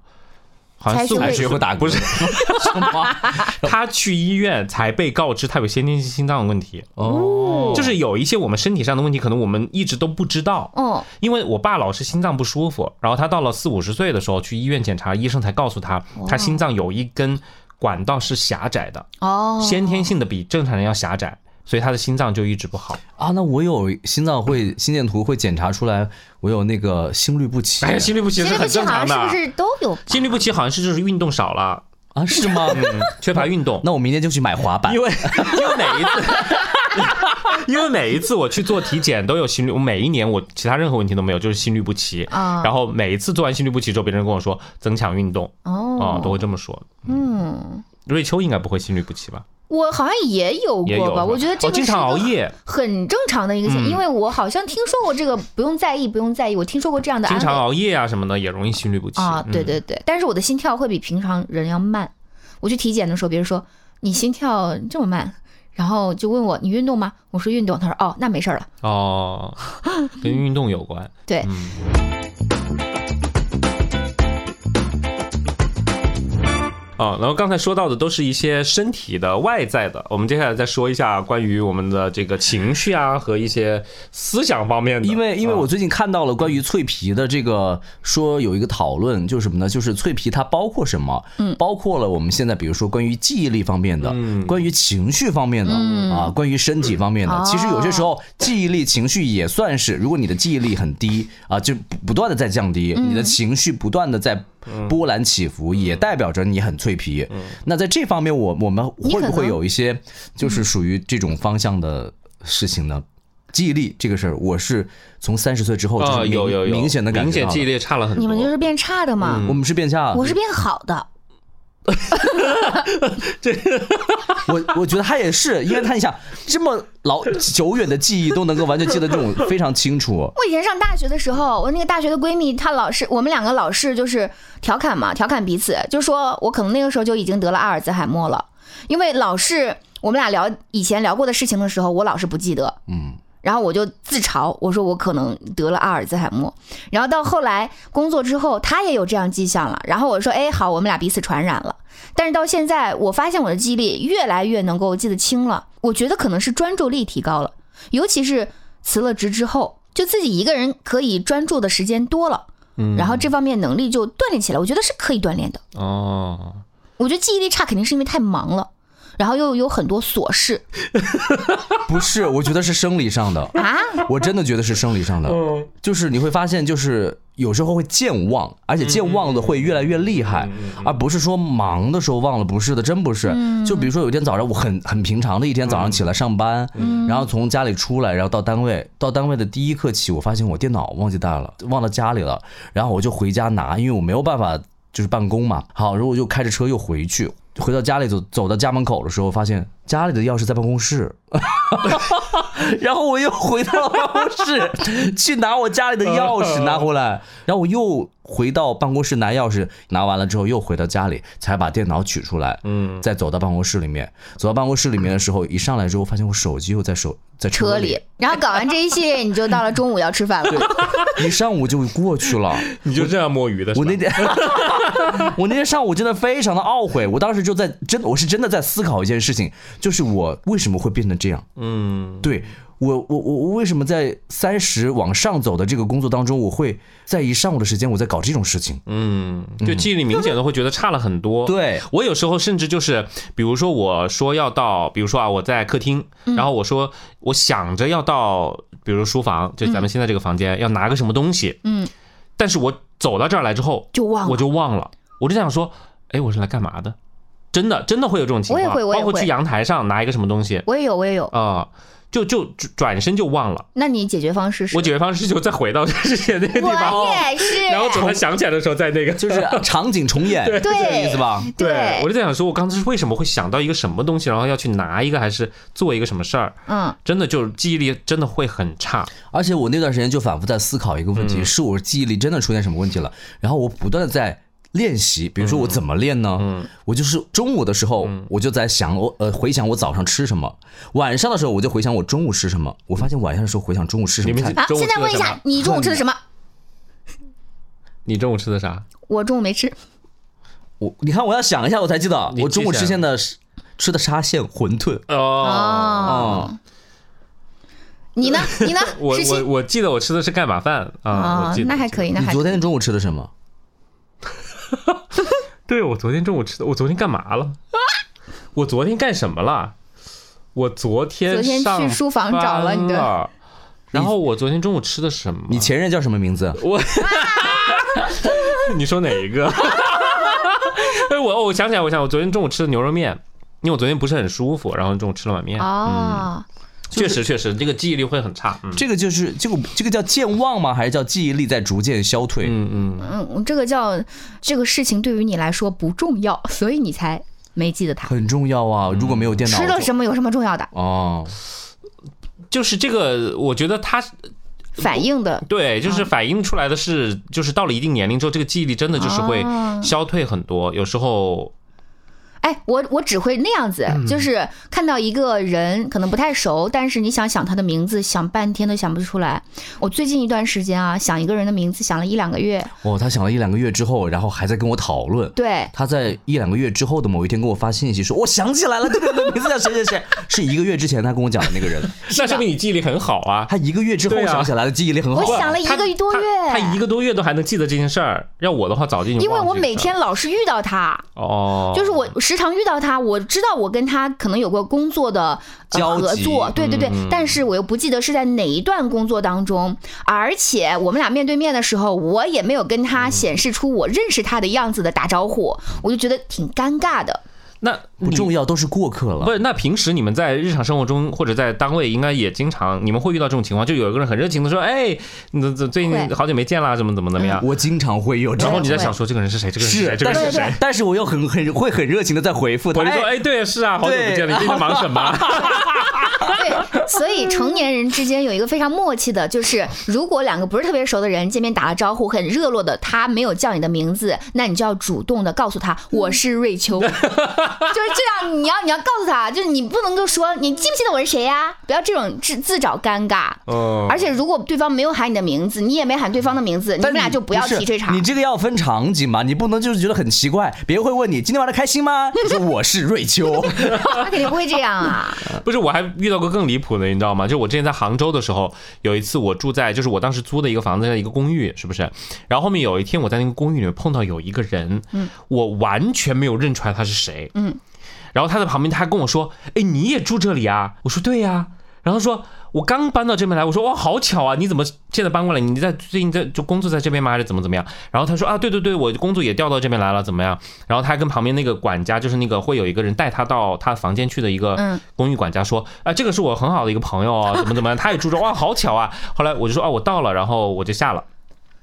C: 好像
A: 才
C: 四五
A: 学
C: 十
A: 会
B: 还学会打嗝，
C: 不是
B: 什么？
C: 他去医院才被告知他有先天性心脏问题，
B: 哦，
C: 就是有一些我们身体上的问题，可能我们一直都不知道。
A: 哦，
C: 因为我爸老是心脏不舒服，然后他到了四五十岁的时候去医院检查，医生才告诉他，他心脏有一根管道是狭窄的，
A: 哦，
C: 先天性的比正常人要狭窄，所以他的心脏就一直不好。
B: 啊，那我有心脏会心电图会检查出来，我有那个心律不齐。
C: 哎呀，心律不齐
A: 心
C: 是
A: 律不
C: 很
A: 齐
C: 正
A: 好
C: 常
A: 像是
C: 的
A: 不，是都有吧？
C: 心律不齐好像是就是运动少了，嗯
B: 啊，是 吗？
C: 缺乏 运动。
B: 那我明天就去买滑板
C: 因。为 因为每一次，因为每一次 我去做体检都有心律，我每一年我其他任何问题都没有，就是心律不齐。
A: 啊
C: 然后每一次做完心律不齐之后，别人跟我说增强运动啊、
A: 哦，
C: 都会这么说。
A: 嗯，
C: 瑞秋应该不会心律不齐吧？
A: 我好像也有
C: 也有
A: 过
C: 是吧，
A: 吧？我觉得这
C: 哦
A: 个
C: 经常
A: 是一个
C: 熬夜，
A: 很正常的一个现，
C: 嗯
A: 因为我好像听说过这个，不用在意，不用在意，我听说过这样的安
C: 经
A: 慰
C: 常熬夜啊什么的也容易心律不齐
A: 啊，对
C: 嗯
A: 对对，但是我的心跳会比平常人要慢。我去体检的时候，别人说你心跳这么慢，然后就问我你运动吗？我说运动，他说哦，那没事儿了。
C: 哦，跟运动有关。嗯
A: 对，
C: 哦，然后刚才说到的都是一些身体的外在的，我们接下来再说一下关于我们的这个情绪啊和一些思想方面的。
B: 因为因为
C: 啊
B: 我最近看到了关于脆皮的这个说有一个讨论，就是什么呢？就是脆皮它包括什么？嗯，包括了我们现在比如说关于记忆力方面的，
C: 嗯
B: 关于情绪方面的，啊，关于身体方面的
A: 嗯哦。
B: 其实有些时候记忆力、情绪也算是，如果你的记忆力很低啊，就不不断的在降低，
A: 嗯
B: 你的情绪不断的在。波澜起伏也代表着你很脆皮，
C: 嗯
B: 那在这方面，我我们
A: 你
B: 会
A: 可
B: 不会
A: 能
B: 有一些就是属于这种方向的事情呢？记忆力这个事儿，我是从三十岁之后就
C: 啊、
B: 是明、
C: 有有有
B: 明显的感
C: 明
B: 觉
C: 显
B: 到
C: 记忆
B: 了。嗯
C: 力差了很多。
B: 啊
A: 你们就是变差的嘛，
B: 我们是变差，
A: 我是变好的。
B: 我我觉得他也是，因为他你想这么老久远的记忆都能够完全记得这种非常清楚。
A: 我以前上大学的时候，我那个大学的闺蜜，她老是我们两个老是就是调侃嘛，调侃彼此，就说我可能那个时候就已经得了阿尔兹海默了，因为老是我们俩聊以前聊过的事情的时候，我老是不记得，
B: 嗯，
A: 然后我就自嘲，我说我可能得了阿尔兹海默。然后到后来工作之后，他也有这样迹象了。然后我说，哎，好，我们俩彼此传染了。但是到现在，我发现我的记忆力越来越能够记得清了。我觉得可能是专注力提高了，尤其是辞了职之后，就自己一个人可以专注的时间多了，
C: 嗯
A: 然后这方面能力就锻炼起来。我觉得是可以锻炼的。
C: 哦，
A: 我觉得记忆力差肯定是因为太忙了，然后又有很多琐事
B: 不是，我觉得是生理上的，
A: 啊。
B: 我真的觉得是生理上的，
C: 嗯
B: 就是你会发现，就是有时候会健忘，而且健忘的会越来越厉害，而不是说忙的时候忘了，不是的，真不是。就比如说有一天早上，我很很平常的一天早上起来上班，然后从家里出来，然后到单位，到单位的第一刻起，我发现我电脑忘记带了，忘到家里了，然后我就回家拿，因为我没有办法就是办公嘛。好，然后我就开着车又回去。回到家里走走到家门口的时候，发现家里的钥匙在办公室， 然后我又回到了办公室去拿我家里的钥匙拿回来，然后我又回到办公室拿钥匙，拿完了之后又回到家里才把电脑取出来，嗯，再走到办公室里面，走到办公室里面的时候，一上来之后发现我手机又在手在
A: 车里
B: 里，，
A: 然后搞完这一系列，你就到了中午要吃饭了。
B: 一上午就过去了。
C: 你就这样摸鱼的是
B: 我
C: 吧
B: 那？天， 我那天上午真的非常的懊悔，我当时就在真，我是真的在思考一件事情，就是我为什么会变成这样。
C: 嗯，
B: 对我，我我我为什么在三十往上走的这个工作当中，我会在一上午的时间我在搞这种事情？
C: 嗯，就记忆力明显的会觉得差了很多。
B: 对
C: 我有时候甚至就是，比如说我说要到，比如说啊，我在客厅，
A: 嗯
C: 然后我说我想着要到，比如书房，就咱们现在这个房间，要拿个什么东西，
A: 嗯，
C: 但是我走到这儿来之后，
A: 就忘了
C: 我就忘了，我就想说，哎，我是来干嘛的？真的，真的会有这种情
A: 我也
C: 况，
A: 会我也
C: 包括
A: 会
C: 去阳台上拿一个什么东西，
A: 我也有，我也有。
C: 啊、就就就转身就忘了。
A: 那你解决方式是？
C: 我解决方式就再回到之前那个地方，
A: 我也是。
C: 然后等他想起来的时候再那个。
B: 就是 场景重演，是这个意思吧？
A: 对
C: 我，就在想说，我刚才是为什么会想到一个什么东西，然后要去拿一个，还是做一个什么事儿？
A: 嗯，
C: 真的就是记忆力真的会很差。
B: 而且我那段时间就反复在思考一个问题：
C: 嗯
B: 是我记忆力真的出现什么问题了？然后我不断的在。练习，比如说我怎么练呢？
C: 嗯
B: 我就是中午的时候，我就在想我呃回想我早上吃什么，晚上的时候我就回想我中午吃什么。我发现晚上的时候回想中午吃什么
C: 你们
B: 菜
C: 是，
A: 啊，
C: 中午
A: 现在
C: 吃的
A: 问一
C: 什
A: 下
C: 么，
A: 你中午吃的什么？
C: 你中午吃的啥？
A: 我中午没吃，
B: 我你看我要想一下我才记得，
C: 你
B: 我中午
C: 记
B: 吃
C: 下来
B: 现的吃的沙县馄饨，
C: 哦，
A: 哦，
B: 嗯，
A: 你呢？你呢？
C: 我
A: 是
C: 我
A: 新
C: 我记得我吃的是盖码饭啊，我
A: 哦
C: 记，得
A: 那还可
C: 以。
A: 以，那
B: 你
A: 还
B: 昨天中午吃的什
C: 啊
B: 么？
C: 对，我昨天中午吃的，我昨天干 嘛了？我昨天干什么了？我昨天
A: 昨天去
C: 上
A: 书房找了你的
C: 班了。然后我昨天中午吃的什么？
B: 你前任叫什么名字？
C: 你说哪一个？哎，我我想起来，我想我昨天中午吃的牛肉面，因为我昨天不是很舒服，然后中午吃了碗面，嗯
A: 哦，
C: 确实确实，这个记忆力会很差。嗯
B: 这个就是这个这个叫健忘吗？还是叫记忆力在逐渐消退？
C: 嗯嗯，
A: 嗯，这个叫这个事情对于你来说不重要，所以你才没记得它。
B: 很重要啊！如果没有电脑，
A: 吃了
B: 我就
A: 什么有什么重要的
B: 哦，
C: 就是这个，我觉得他
A: 反应的？
C: 对，
A: 嗯
C: 就是反映出来的是，就是到了一定年龄之后，这个记忆力真的就是会
A: 哦
C: 消退很多，有时候
A: 哎，我我只会那样子，
C: 嗯
A: 就是看到一个人可能不太熟，但是你想想他的名字，想半天都想不出来。我最近一段时间啊，想一个人的名字想了一两个月，
B: 哦，他想了一两个月之后，然后还在跟我讨论。
A: 对，
B: 他在一两个月之后的某一天跟我发信息说：“我想起来了，这个人的名字叫谁谁谁，是一个月之前他跟我讲的那个人。
C: 那说明你记忆力很好啊。
B: 他一个月之后
C: 对啊
B: 想起来的，记忆力很好。
A: 我想了一个多月
C: 他他他一个多月都还能记得这件事儿。要我的话，早就已经
A: 因为
C: 忘记
A: 我
C: 这
A: 每
C: 事儿
A: 天老是遇到他，
C: 哦，
A: 就是我时常遇到他，我知道我跟他可能有过工作的、呃
B: 交
A: 合
B: 集嗯
A: 作，对对对，但是我又不记得是在哪一段工作当中，而且我们俩面对面的时候，我也没有跟他显示出我认识他的样子的打招呼，我就觉得挺尴尬的。
C: 那
B: 不重
C: 要。
B: 要，都是过客了。
C: 不是，那平时你们在日常生活中或者在单位，应该也经常你们会遇到这种情况，就有一个人很热情的说：“哎，你怎怎最近
A: 会
C: 好久没见啦，怎么怎么怎么样？”
B: 我经常嗯会有这
C: 啊然
B: 种
C: 后你在
A: 会
C: 想说这个人是谁？这个人谁？
B: 是，
C: 这个人
B: 但
C: 是谁？
B: 但是我又很很会很热情的在回复他，
C: 我就说：“
B: 哎
C: 哎，对，是啊，好久不见了，你最近在忙什么
A: 对，所以成年人之间有一个非常默契的，就是如果两个不是特别熟的人见面打了招呼，很热络的，他没有叫你的名字，那你就要主动的告诉他我是瑞秋， 就是这样，你要你要告诉他，就是你不能够说你记不记得我是谁呀、不要这种自自找尴尬。？”
C: 嗯
A: 而且如果对方没有喊你的名字，你也没喊对方的名字，你
B: 但
A: 们俩就
B: 不
A: 要
B: 是
A: 提这茬
B: 你。这个要分场景嘛，你不能就是觉得很奇怪，别人会问你今天玩的开心吗？ 你说我是瑞 秋，
A: 他肯定不会这样啊！
C: 不是，我还遇到过更离谱的，你知道吗？就我之前在杭州的时候，有一次我住在，就是我当时租的一个房子，一个公寓，是不是？然后后面有一天我在那个公寓里面碰到有一个人，嗯，我完全没有认出来他是谁，
A: 嗯。
C: 然后他在旁边，他还跟我说：“哎，你也住这里啊？”我说：“对呀、然后说：“我刚搬到这边来。”我说：“哇，好巧啊！你怎么现在搬过来？你在最近在就工作在这边吗？还是怎么怎么样？”然后他说：“啊，对对对，我工作也调到这边来了，怎么样？”然后他还跟旁边那个管家，就是那个会有一个人带他到他房间去的一个
A: 嗯
C: 公寓管家说，啊，这个是我很好的一个朋 友啊，怎么怎么样，他也住这，哇，好巧啊。后来我就说，啊，我到了，然后我就下了。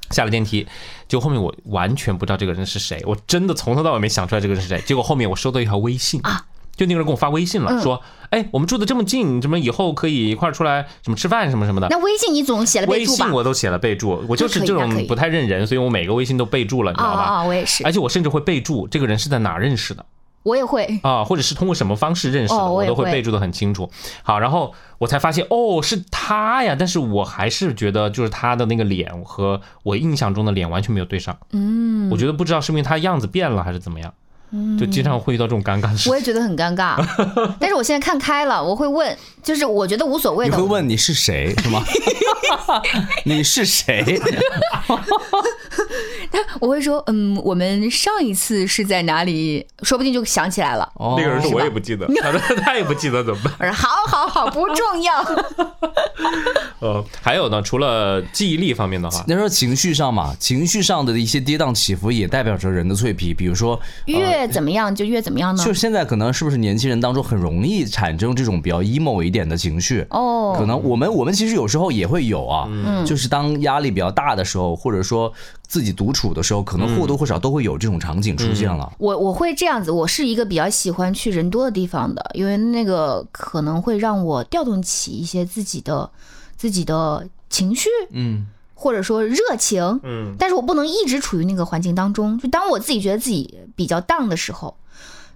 C: 下了电梯，就后面我完全不知道这个人是谁，我真的从头到尾没想出来这个人是谁。结果后面我收到一条微信，
A: 啊
C: 就那个人给我发微信了，
A: 嗯
C: 说，哎，我们住的这么近，什么以后可以一块儿出来什么吃饭什么什么的。
A: 那微信你总写了备
C: 啊微
A: 注吧
C: 信？我都写了备注，我就是
A: 那可以啊
C: 这
A: 那可
C: 种
A: 以
C: 不太认人，所以我每个微信都备注了，你知
A: 啊
C: 道吧？
A: 啊！我也是
C: 而，且我甚至会备注这个人是在哪儿认识的。
A: 我也会。
C: 啊，或者是通过什么方式认识的，
A: 哦我
C: 我
A: 也
C: 都会
A: 会
C: 备注的很清楚。好，然后我才发现哦，是他呀，但是我还是觉得就是他的那个脸和我印象中的脸完全没有对上。嗯，我觉得不知道是因为他样子变了还是怎么样，就经常会遇到这种尴尬的事
A: 我也
C: 情。
A: 觉得很尴尬， 但是我现在看开了，我会问，就是我觉得无所谓
B: 你
A: 的。
B: 会问你是谁是吗？ 你是谁？
A: 我会说，嗯，我们上一次是在哪里？说不定就想起来了。
B: 哦
C: 那个人说我也不记得，他说 他也不记得怎 么办？
A: 我说好好好，不重 要。
C: 呃，还有呢，除了记忆力方面的话，
B: 那时候情绪上嘛，情绪上的一些跌宕起伏也代表着人的脆皮。比如说，
A: 越怎么样就越怎么样呢？
B: 就是现在可能是不是年轻人当中很容易产生这种比较 emo 一点的情绪？
A: 哦嗯
B: 可能我们我们其实有时候也会有啊，就是当压力比较大的时候，或者说自己独处的时候，可能或多或少都会有这种场景出现了。
A: 我我会这样子，我是一个比较喜欢去人多的地方的，因为那个可能会让我调动起一些自己的自己的情绪，
B: 嗯，
A: 或者说热情，
C: 嗯，
A: 但是我不能一直处于那个环境当中。就当我自己觉得自己比较 down 的时候，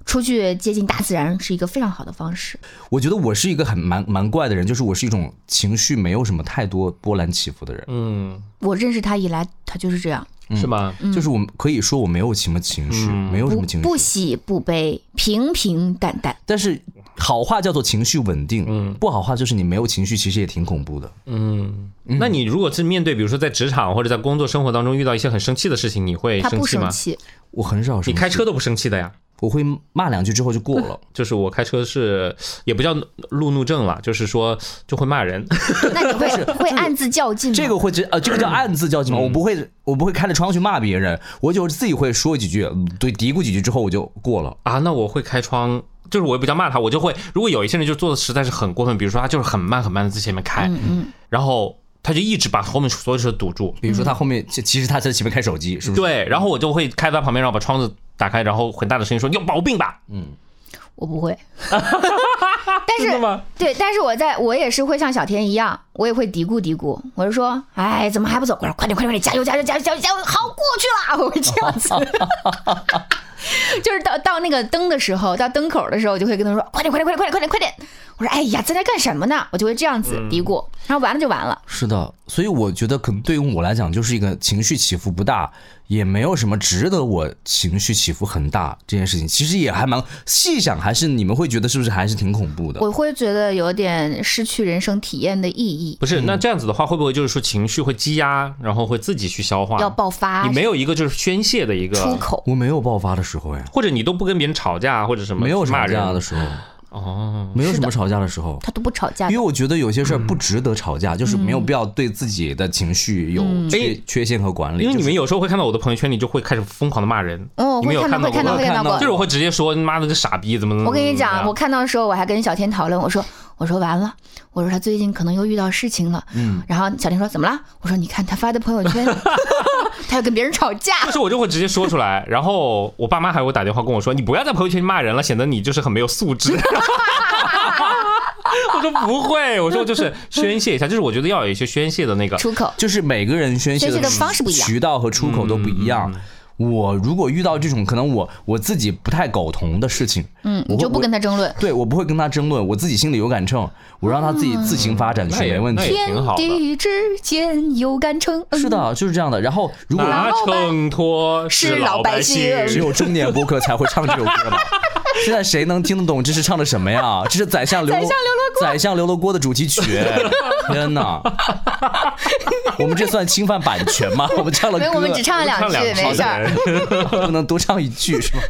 A: 出去接近大自然是一个非常好的方式。
B: 我觉得我是一个很蛮蛮怪的人，就是我是一种情绪没有什么太多波澜起伏的人。
C: 嗯，
A: 我认识他以来，他就是这样，
C: 是吗？
B: 就是我们可以说我没有什么情绪，
C: 嗯
B: 没有
A: 嗯
B: 什
A: 不
B: 么情绪，
A: 不喜不悲，平平淡淡。
B: 但是好话叫做情绪稳定，
C: 嗯
B: 不好话就是你没有情绪，其实也挺恐怖的。
C: 嗯，那你如果是面对，比如说在职场或者在工作生活当中遇到一些很生气的事情，你会
A: 他
C: 哎生
A: 不
C: 气
A: 生
C: 吗？
A: 气，
B: 我很少
C: 你
B: 生气
C: 开嗯车都不生气的呀？
B: 我会骂两句之后就过 了。
C: 就是我开车是也不叫路怒症了，就是说就会骂人。
A: 那你会会暗自较劲吗？
B: 这个会真呃，这个叫暗自较
C: 嗯
B: 劲吗？我不会，我不会开着窗去骂别人，我就自己会说几句，嗯对，嘀咕几句之后我就过了。
C: 啊，那我会开窗，就是我也不叫骂他，我就会，如果有一些人就做的实在是很过分，比如说他就是很慢很慢的在前面开，
A: 嗯
C: 然后他就一直把后面所有车堵住，
B: 比如说他后面，其其实他在前面开手机，是不是？
C: 对，然后我就会开到旁边，然后把窗子打开，然后很大的声音说你有毛病吧，
A: 我不 会，但
C: 真的
A: 是
C: 吗？
A: 对，但是我在我也是会像小天一样，我也会嘀咕嘀咕，我就说，哎，怎么还不走？快点快点快点，加油加油加油加油加油，好过去啦！我会这样子， 就是到到那个灯的时候，到灯口的时候，我就会跟他说，快点快点快点快点快点快点，我说，哎呀，在这干什么呢？我就会这样子嘀咕，
C: 嗯
A: 然后完了就完了。
B: 是的，所以我觉得可能对于我来讲，就是一个情绪起伏不大，也没有什么值得我情绪起伏很大这件事情。其实也还蛮细想，还是你们会觉得是不是还是挺恐怖的？
A: 我会觉得有点失去人生体验的意义，
C: 不是，
B: 嗯
C: 那这样子的话，会不会就是说情绪会积压，然后会自己去消化？
A: 要爆发
C: 你没有一个就是宣泄的一个
A: 啊出口。
B: 我没有爆发的时候哎，
C: 或者你都不跟别人吵架或者什么
B: 没有
C: 去骂
B: 吵
C: 人
B: 架的时候，
C: 哦，
B: 没有什么吵架的时候。
A: 他都不吵架
B: 因为。我觉得有些
A: 嗯
B: 事儿不值得吵架，就是没有必要对自己的情绪有
A: 嗯
B: 缺缺陷和管理。
C: 哎因为你
B: 就是
C: 们有时候会看到我的朋友圈里就会开始疯狂的骂人，
A: 嗯，我
C: 你们
A: 会
C: 有
A: 看到，会
C: 过
A: 看到，
C: 吗
A: 会看到
B: 我
A: 过
B: 看
C: 就是。我会直接说你妈的这傻逼怎么怎么。
A: 我跟你
C: 怎么
A: 讲，
C: 样
A: 我看到的时候，我还跟小天讨论，我说，我说完了，我说他最近可能又遇到事情了。
B: 嗯，
A: 然后小天说怎么了？我说你看他发的朋友圈， 他要跟别人吵架。
C: 但是我就会直接说出来，然后我爸妈还会打电话跟我说：“你不要在朋友圈骂人了，显得你就是很没有 素质。” 我说不会，我说就是宣泄一下，就是我觉得要有一些宣泄的那个。
A: 出口，
B: 就是每个人宣泄
A: 宣泄的方式不一样
B: 渠道和出口都不一
C: 嗯
B: 样。我如果遇到这种可能我我自己不太苟同的事情，
A: 嗯，你
B: 我会
A: 就不跟他争论。
B: 对我不会跟他争论，我自己心里有杆秤，我让他自己自行发展去，
C: 那也
B: 没问
C: 那也
B: 题。
A: 嗯
C: 挺
A: 天
C: 好的
A: 地之间有杆秤，嗯
B: 是，的，就是这样的。然后如果
C: 拿秤砣
A: 是老
C: 老
A: 百
C: 姓，
B: 只有中年播客才会唱这首歌吧？现在谁能听得懂这是唱的什么呀？这是宰相刘
A: 宰
B: 罗
A: 相刘罗
B: 宰相刘罗锅的 主题曲，天哪！我们这算侵犯版权吗？我们唱了
A: 嗯没
B: 歌，
A: 有，我们只唱了两
C: 唱
A: 句，
C: 两
A: 没事儿。
B: 不能多唱一句是吗？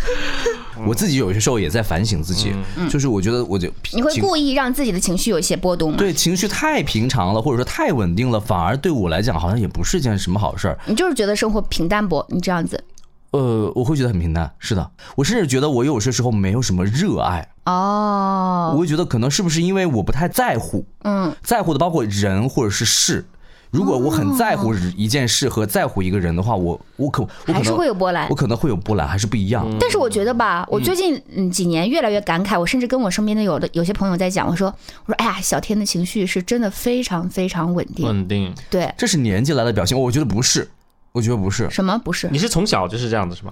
B: 我自己有些时候也在反省自己，就是我觉得我就
A: 嗯你会
B: 情
A: 故意让自己的情绪有一些波动吗？
B: 对情绪太平常了，或者说太稳定了，反而对我来讲好像也不是件什么好事儿。
A: 你就是觉得生活平淡不？你这样子
B: 呃，我会觉得很平淡，是的，我甚至觉得我有些时候没有什么热爱，我
A: 哦，
B: 会觉得可能是不是因为我不太在乎，
A: 嗯，
B: 在乎的包括人或者是事。如果我很在乎一件事和在乎一个人的话，我我可我可
A: 哦还是
B: 能
A: 会有波澜
B: 我。可能会有波澜，还是不一样。
A: 但是我觉得吧，我最近嗯几年越来越感慨，我甚至跟我身边的有的有些朋友在讲，我说我说哎呀，小天的情绪是真的非常非常稳定。
C: 稳定。
A: 对，
B: 这是年纪来的表现，我觉得不是，我觉得不是。
A: 什么不是？
C: 你是从小就是这样子是吗？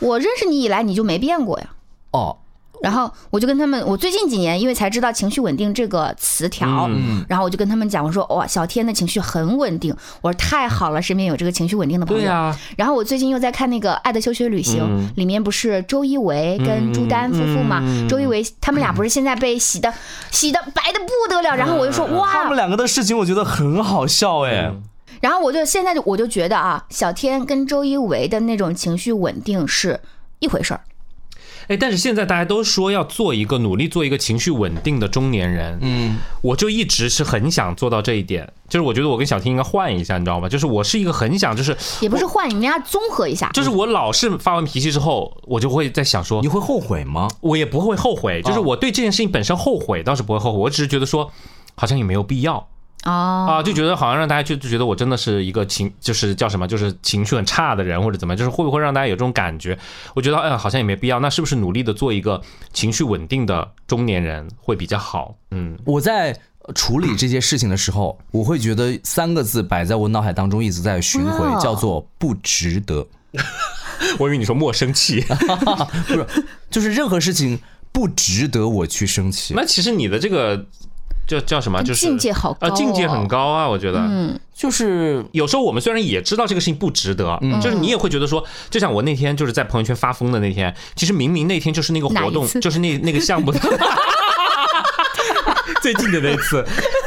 A: 我认识你以来你就没变过呀。
B: 哦，
A: 然后我就跟他们，我最近几年因为才知道“情绪稳定”这个词条，然后我就跟他们讲，我说哇，小天的情绪很稳定，我说太好了，身边有这个情绪稳定的朋友。
B: 啊
C: 呀，
A: 然后我最近又在看那个《爱的休学旅行》
C: 嗯
A: 里面不是周一围跟朱丹夫妇嘛？
C: 嗯嗯
A: 周一围他们俩不是现在被洗的、洗的白的不得了，然后我就说、哇，
C: 嗯
B: 两个的事情我觉得很好笑哎
A: 然后我就现在就我就觉得啊，小天跟周一围的那种情绪稳定是一回事儿。
C: 哎，但是现在大家都说要做一个努力做一个情绪稳定的中年人，
B: 嗯，
C: 我就一直是很想做到这一点，就是我觉得我跟小天应该换一下，你知道吗？就是我是一个很想，就是
A: 也不是换，你们要综合一下。
C: 就是我老是发完脾气之后，我就会在想说
B: 你，会后悔吗？
C: 我也不会后悔，就是我对这件事情本身后悔倒是不会后悔，我只是觉得说。好像也没有必要
A: 哦，
C: 啊，就觉得好像让大家就就觉得我真的是一个情，就是叫什么，就是情绪很差的人或者怎么样，就是会不会让大家有这种感觉？我觉得，嗯，好像也没必要。那是不是努力的做一个情绪稳定的中年人会比较好？嗯，
B: 我在处理这些事情的时候，我会觉得三个字摆在我脑海当中一直在巡回
A: 哇，
B: 叫做不值得。
C: 我以为你说莫生气，
B: 不是，就是任何事情不值得我去生气。
C: 那其实你的这个叫叫什么？就
A: 哦
C: 是
A: 境界好高
C: 啊，境界很
A: 哦
C: 高啊，我觉得。
A: 嗯，
B: 就是
C: 有时候我们虽然也知道这个事情不值得，
A: 嗯
C: 就是你也会觉得说，就像我那天就是在朋友圈发疯的那天，其实明明那天就是那个活
A: 哪
C: 动
A: 一，次
C: 就是那那个项 目的 最近的那次，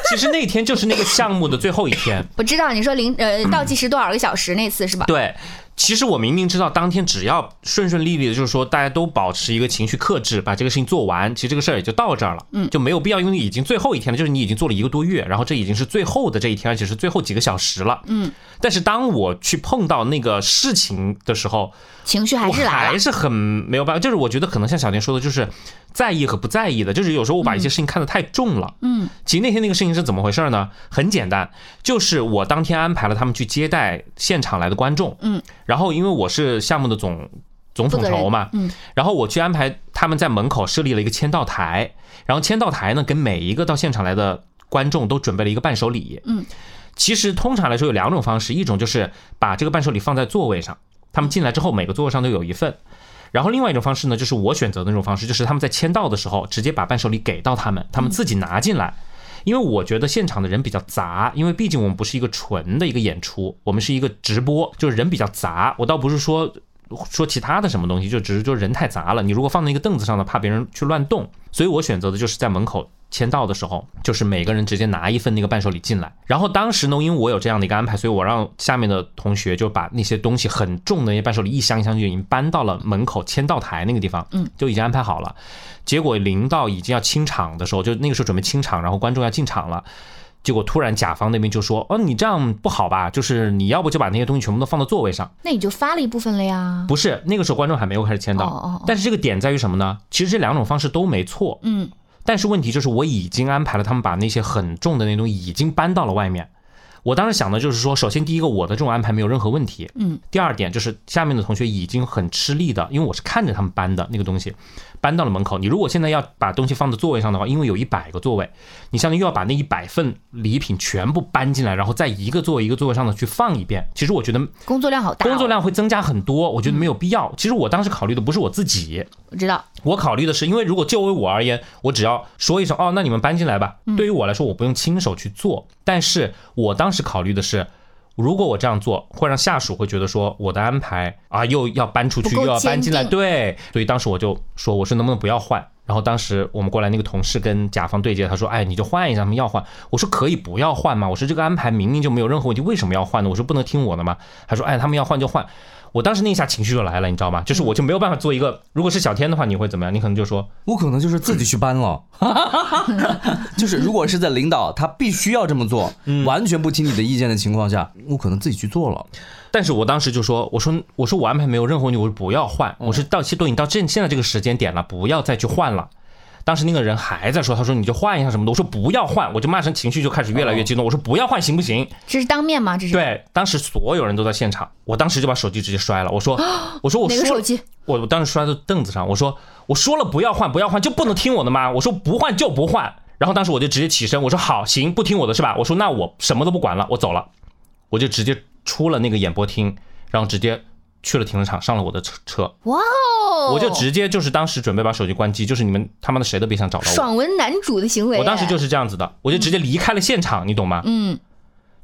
C: 其实那天就是那个项目的最后一天。
A: 我知道你说零呃倒计时多少个小时那次是吧？
C: 对，其实我明明知道当天只要顺顺利利的，就是说大家都保持一个情绪克制，把这个事情做完，其实这个事儿也就到这儿了，嗯，就没有必要，因为已经最后一天了，就是你已经做了一个多月，然后这已经是最后的这一天，而且是最后几个小时了，嗯。但是当我去碰到那个事情的时候，
A: 情绪还
C: 我
A: 是来
C: 还
A: 了。
C: 是很没有办法，就是我觉得可能像小田说的，就是在意和不在意的，就是有时候我把一些事情看得太重了。
A: 嗯，
C: 其实那天那个事情是怎么回事呢？很简单，就是我当天安排了他们去接待现场来的观众。
A: 嗯，
C: 然后因为我是项目的总总统筹嘛，
A: 负责人嗯，
C: 然后我去安排他们在门口设立了一个签到台，然后签到台呢，给每一个到现场来的观众都准备了一个伴手礼。
A: 嗯，
C: 其实通常来说有两种方式，一种就是把这个伴手礼放在座位上，他们进来之后每个座位上都有一份。然后另外一种方式呢，就是我选择的那种方式，就是他们在签到的时候直接把伴手礼给到他们，他们自己拿进来。因为我觉得现场的人比较杂，因为毕竟我们不是一个纯的一个演出，我们是一个直播，就是人比较杂。我倒不是说说其他的什么东西，就只是就人太杂了。你如果放在一个凳子上呢，怕别人去乱动，所以我选择的就是在门口签到的时候，就是每个人直接拿一份那个伴手礼进来。然后当时呢，因为我有这样的一个安排，所以我让下面的同学就把那些东西很重的那些伴手礼一箱一箱就已经搬到了门口签到台那个地方，嗯，就已经安排好了。结果临到已经要清场的时候，就那个时候准备清场，然后观众要进场了。结果突然甲方那边就说：“哦，你这样不好吧？就是你要不就把那些东西全部都放到座位上。”
A: 那你就发了一部分了呀。
C: 不是，那个时候观众还没有开始签到。
A: 哦哦哦
C: 但是这个点在于什么呢？其实这两种方式都没错，
A: 嗯，
C: 但是问题就是我已经安排了他们把那些很重的那种已经搬到了外面。我当时想的就是说，首先第一个我的这种安排没有任何问题，
A: 嗯。
C: 第二点就是下面的同学已经很吃力的，因为我是看着他们搬的那个东西，搬到了门口。你如果现在要把东西放到座位上的话，因为有一百个座位，你相当于要把那一百份礼品全部搬进来，然后在一个座位一个座位上的去放一遍。其实我觉得
A: 工作量好大、哦，
C: 工作量会增加很多，我觉得没有必要。其实我当时考虑的不是我自己，
A: 我知道，
C: 我考虑的是，因为如果就为我而言，我只要说一声哦，那你们搬进来吧。
A: 嗯
C: 对于我来说，我不用亲手去做，但是我当时考虑的是。如果我这样做，会让下属会觉得说我的安排啊，又要搬出去，
A: 不够
C: 又要搬进来，
A: 坚定
C: 对，所以当时我就说，我说能不能不要换？然后当时我们过来那个同事跟甲方对接，他说，哎，你就换一下，他们要换。我说可以不要换吗？我说这个安排明明就没有任何问题，为什么要换呢？我说不能听我的吗？他说，哎，他们要换就换。我当时那一下情绪就来了，你知道吗？就是我就没有办法做一个，如果是小天的话，你会怎么样？你可能就说，
B: 我可能就是自己去搬 了，就是如果是在领导他必须要这么做，完全不听你的意见的情况下，我可能自己去做了。
C: 但是我当时就说，我说我说我安排没有任何问题，我说不要换，我说到都已经到这现在这个时间点了，不要再去换了。当时那个人还在说，他说你就换一下什么的，我说不要换，我就骂声情绪就开始越来越激动，我说不要换行不行？
A: 这是当面吗？这是
C: 对，当时所有人都在现场，我当时就把手机直接摔了，我说我说我
A: 哪个
C: 说
A: 手机？
C: 我我当时摔在凳子上，我说我说了不要换不要换，就不能听我的吗？我说不换就不换。然后当时我就直接起身，我说好行，不听我的是吧？我说那我什么都不管了，我走了，我就直接出了那个演播厅，然后直接去了停车场，上了我的车车，
A: 哇哦！
C: 我就直接就是当时准备把手机关机，就是你们他妈的谁都别想
B: 哦
C: 找到我。
A: 爽文男主的行为。
C: 我当时就是这样子的，我就直接离开了现场，你懂吗？
A: 嗯，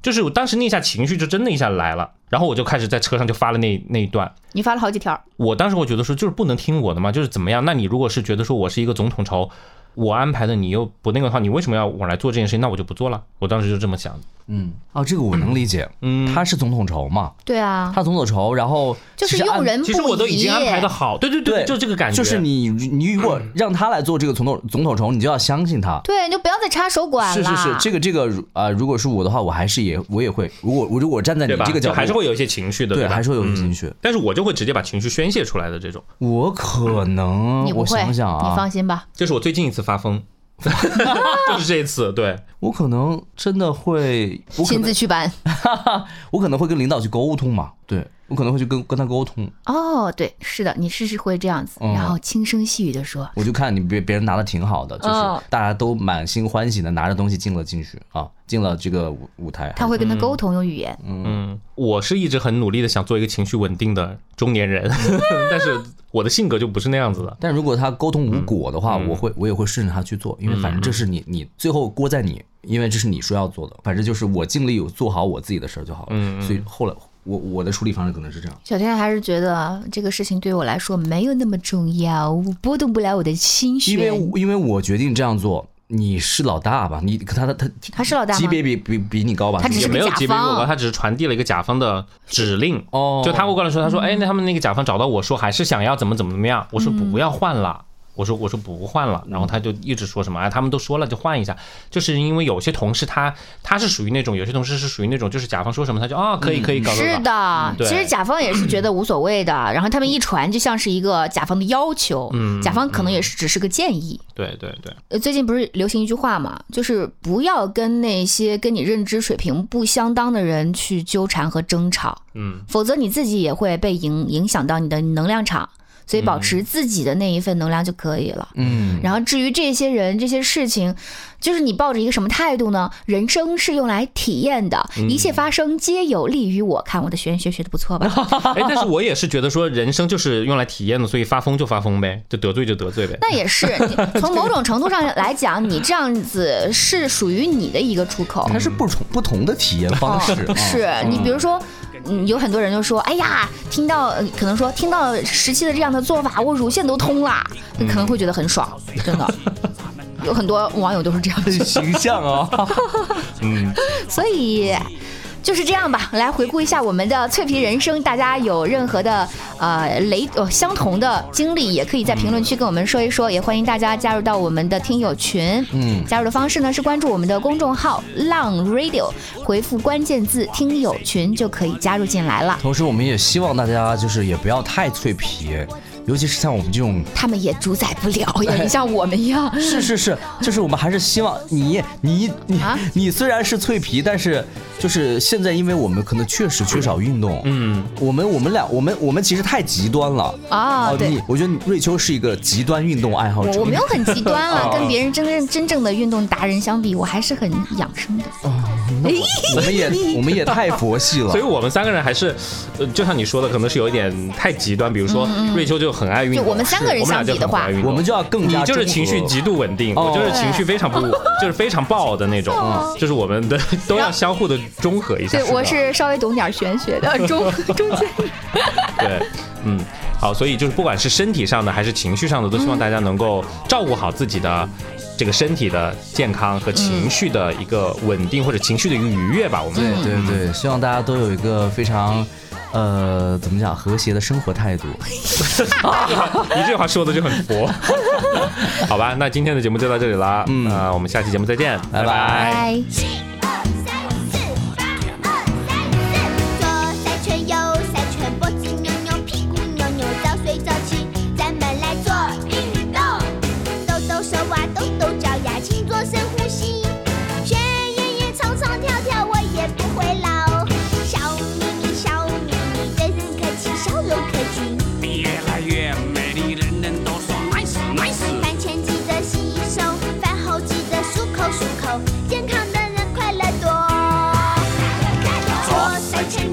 C: 就是我当时那一下情绪就真的一下来了，然后我就开始在车上就发了那那一段，
A: 你发了好几条，
C: 我当时我觉得说就是不能听我的嘛，就是怎么样？那你如果是觉得说我是一个总统筹，我安排的你又不那个的话，你为什么要我来做这件事情？那我就不做了。我当时就这么想的。
B: 嗯，哦，这个我能理解。嗯，他是总统筹嘛，
A: 对啊，
B: 他总统筹，然后
A: 就是
B: 其实按
A: 用人不疑。
C: 其实我都已经安排的好，对对
B: 对，
C: 就这个感觉，
B: 就是你你如果让他来做这个总统总统筹，你就要相信他。
A: 对，你就不要再插手管
B: 是
A: 了。
B: 是是，这个这个啊、呃如果是我的话，我还是也我也会，如果我如果我站在你
C: 对吧？
B: 这个角度，
C: 就还是会有一些情绪的，
B: 对，
C: 吧
B: 还是会有情绪。
C: 但是我就会直接把情绪宣泄出来的这种，
B: 我可能
A: 你不
B: 我
A: 会，
B: 想想
A: 你
B: 啊
A: 放，心吧。
C: 这是我最近一次发疯， 就是这一次，对，
B: 我可能真的会，我可
A: 亲
B: 能
A: 自去搬。
B: 我可能会跟领导去沟通嘛，对我可能会去跟跟他沟通，
A: 哦，对，是的，你是是会这样子，
B: 嗯
A: 然后轻声细语的说。
B: 我就看你别别人拿的挺好的，就是
A: 嗯
B: 大家都满心欢喜的拿着东西进了进去啊，进了这个舞舞台，
A: 他会跟他沟通，用语言。
C: 嗯，我是一直很努力的想做一个情绪稳定的中年人， 但是我的性格就不是那样子的，
B: 但如果他沟通无果的话，我会我也会顺着他去做，因为反正这是你你最后锅在你，因为这是你说要做的，反正就是我尽力有做好我自己的事儿就好了。所以后来我我的处理方式可能是这样，
A: 小天还是觉得这个事情对我来说没有那么重要，我波动不了我的心
B: 因为
A: 弦。
B: 因为我决定这样做，你是老大吧？你他他他
A: 他是老大吗
B: 级别比比比你高吧？
A: 他只
C: 也
A: 是
C: 没有
A: 甲
C: 级别过
A: 方
C: 高，他只是传递了一个甲方的指令。
B: 哦
C: 就他会过来说，他说，
A: 嗯
C: 哎，那他们那个甲方找到我说，还是想要怎么怎么怎么样。我说不要换了，我说我说不换
A: 嗯
C: 了。然后他就一直说什么，哎，他们都说了就换一下。就是因为有些同事他他是属于那种，有些同事是属于那种，就是甲方说什么他就啊可以可以搞
A: 嗯
C: 搞
A: 是
C: 搞。
B: 嗯
A: 的，
C: 对
A: 其实甲方也是觉得无所谓的，然后他们一传就像是一个甲方的要求，
B: 嗯
A: 甲方可能也是只是个建议。
C: 对对对，
A: 呃，最近不是流行一句话嘛，就是不要跟那些跟你认知水平不相当的人去纠缠和争吵，
C: 嗯，
A: 否则你自己也会被影影响到你的能量场，所以保持自己的那一份能量就可以了。
B: 嗯，
A: 然后至于这些人、这些事情，就是你抱着一个什么态度呢？人生是用来体验的，一切发生皆有利于我。看我的玄学学的不错吧？
C: 哎，但是我也是觉得说人生就是用来体验的，所以发疯就发疯呗，就得罪就得罪呗。
A: 那也是，你从某种程度上来讲，你这样子是属于你的一个出口。哦
B: 他是不同不同的体验方式，啊
A: 是你比如说，嗯，有很多人就说，哎呀，听到呃可能说听到十七的这样的做法，我乳腺都通了，可能会觉得很爽，嗯 真的。有很多网友都是这样
B: 很形象哦。
C: 嗯，
A: 所以就是这样吧，来回顾一下我们的脆皮人生，大家有任何的呃雷呃相同的经历，也可以在评论区跟我们说一说，也欢迎大家加入到我们的听友群。
B: 嗯
A: 加入的方式呢是关注我们的公众号“浪 radio”，回复关键字“听友群”就可以加入进来了。
B: 同时，我们也希望大家就是也不要太脆皮，尤其是像我们 这种。
A: 他们也主宰不 了呀，你像我们一样。
B: 是是是，就是我们还是希望你你你、
A: 啊
B: 你虽然是脆皮，但是就是现在，因为我们可能确实缺少运动，嗯，我们我们俩我们我们其实太极端了
A: 啊对
B: 哦你我觉得你瑞秋是一个极端运动爱好者，
A: 我我没有很极端了，跟别人真正真正的运动达人相比，我还是很养生的。
B: 我们也 我们也太佛系了
C: 所以，我们三个人还是，呃，就像你说的，可能是有一点太极端。比如说，瑞秋就很爱运
A: 嗯
C: 动，
A: 就我们三个人
C: 是我们俩
A: 相比的话
C: 就很不爱运动
B: 我们就要更加
C: 你就是
B: 中
C: 情绪
B: 和
C: 极度稳定，
B: 哦
C: 我就是情绪非常不，就是非常暴的那种，嗯就是我 们的都要相互的中和一下。
A: 哦对，我
C: 的
A: 是稍微懂点玄学的，中中间
C: 对，嗯，好，所以就是不管是身体上的还是情绪上的，都希望大家能够照顾好自己的这个身体的健康和情绪的一个稳定或者情绪的一个愉悦吧。我们
A: 嗯
B: 对对对，
C: 嗯
B: 希望大家都有一个非常，呃，怎么讲和谐的生活态度。
C: 你这话说的就很佛， 好吧？那今天的节目就到这里啦，嗯，那我们下期节目再见，
B: 拜拜
A: 哎。
D: 一二三四，八二三四，左赛圈右赛圈，脖子扭扭，屁股扭扭，早睡早起，咱们来做运动，抖抖手啊，抖抖脚呀，勤做深呼吸，学爷爷唱唱跳跳，我也不会老。小咪咪小咪咪，对人客气，笑容可掬。
E: 你越来越美丽，人人都说 nice nice。
D: 饭前记得洗手，饭后记得漱口漱口，健康的人快乐多。左塞圈，
E: 啊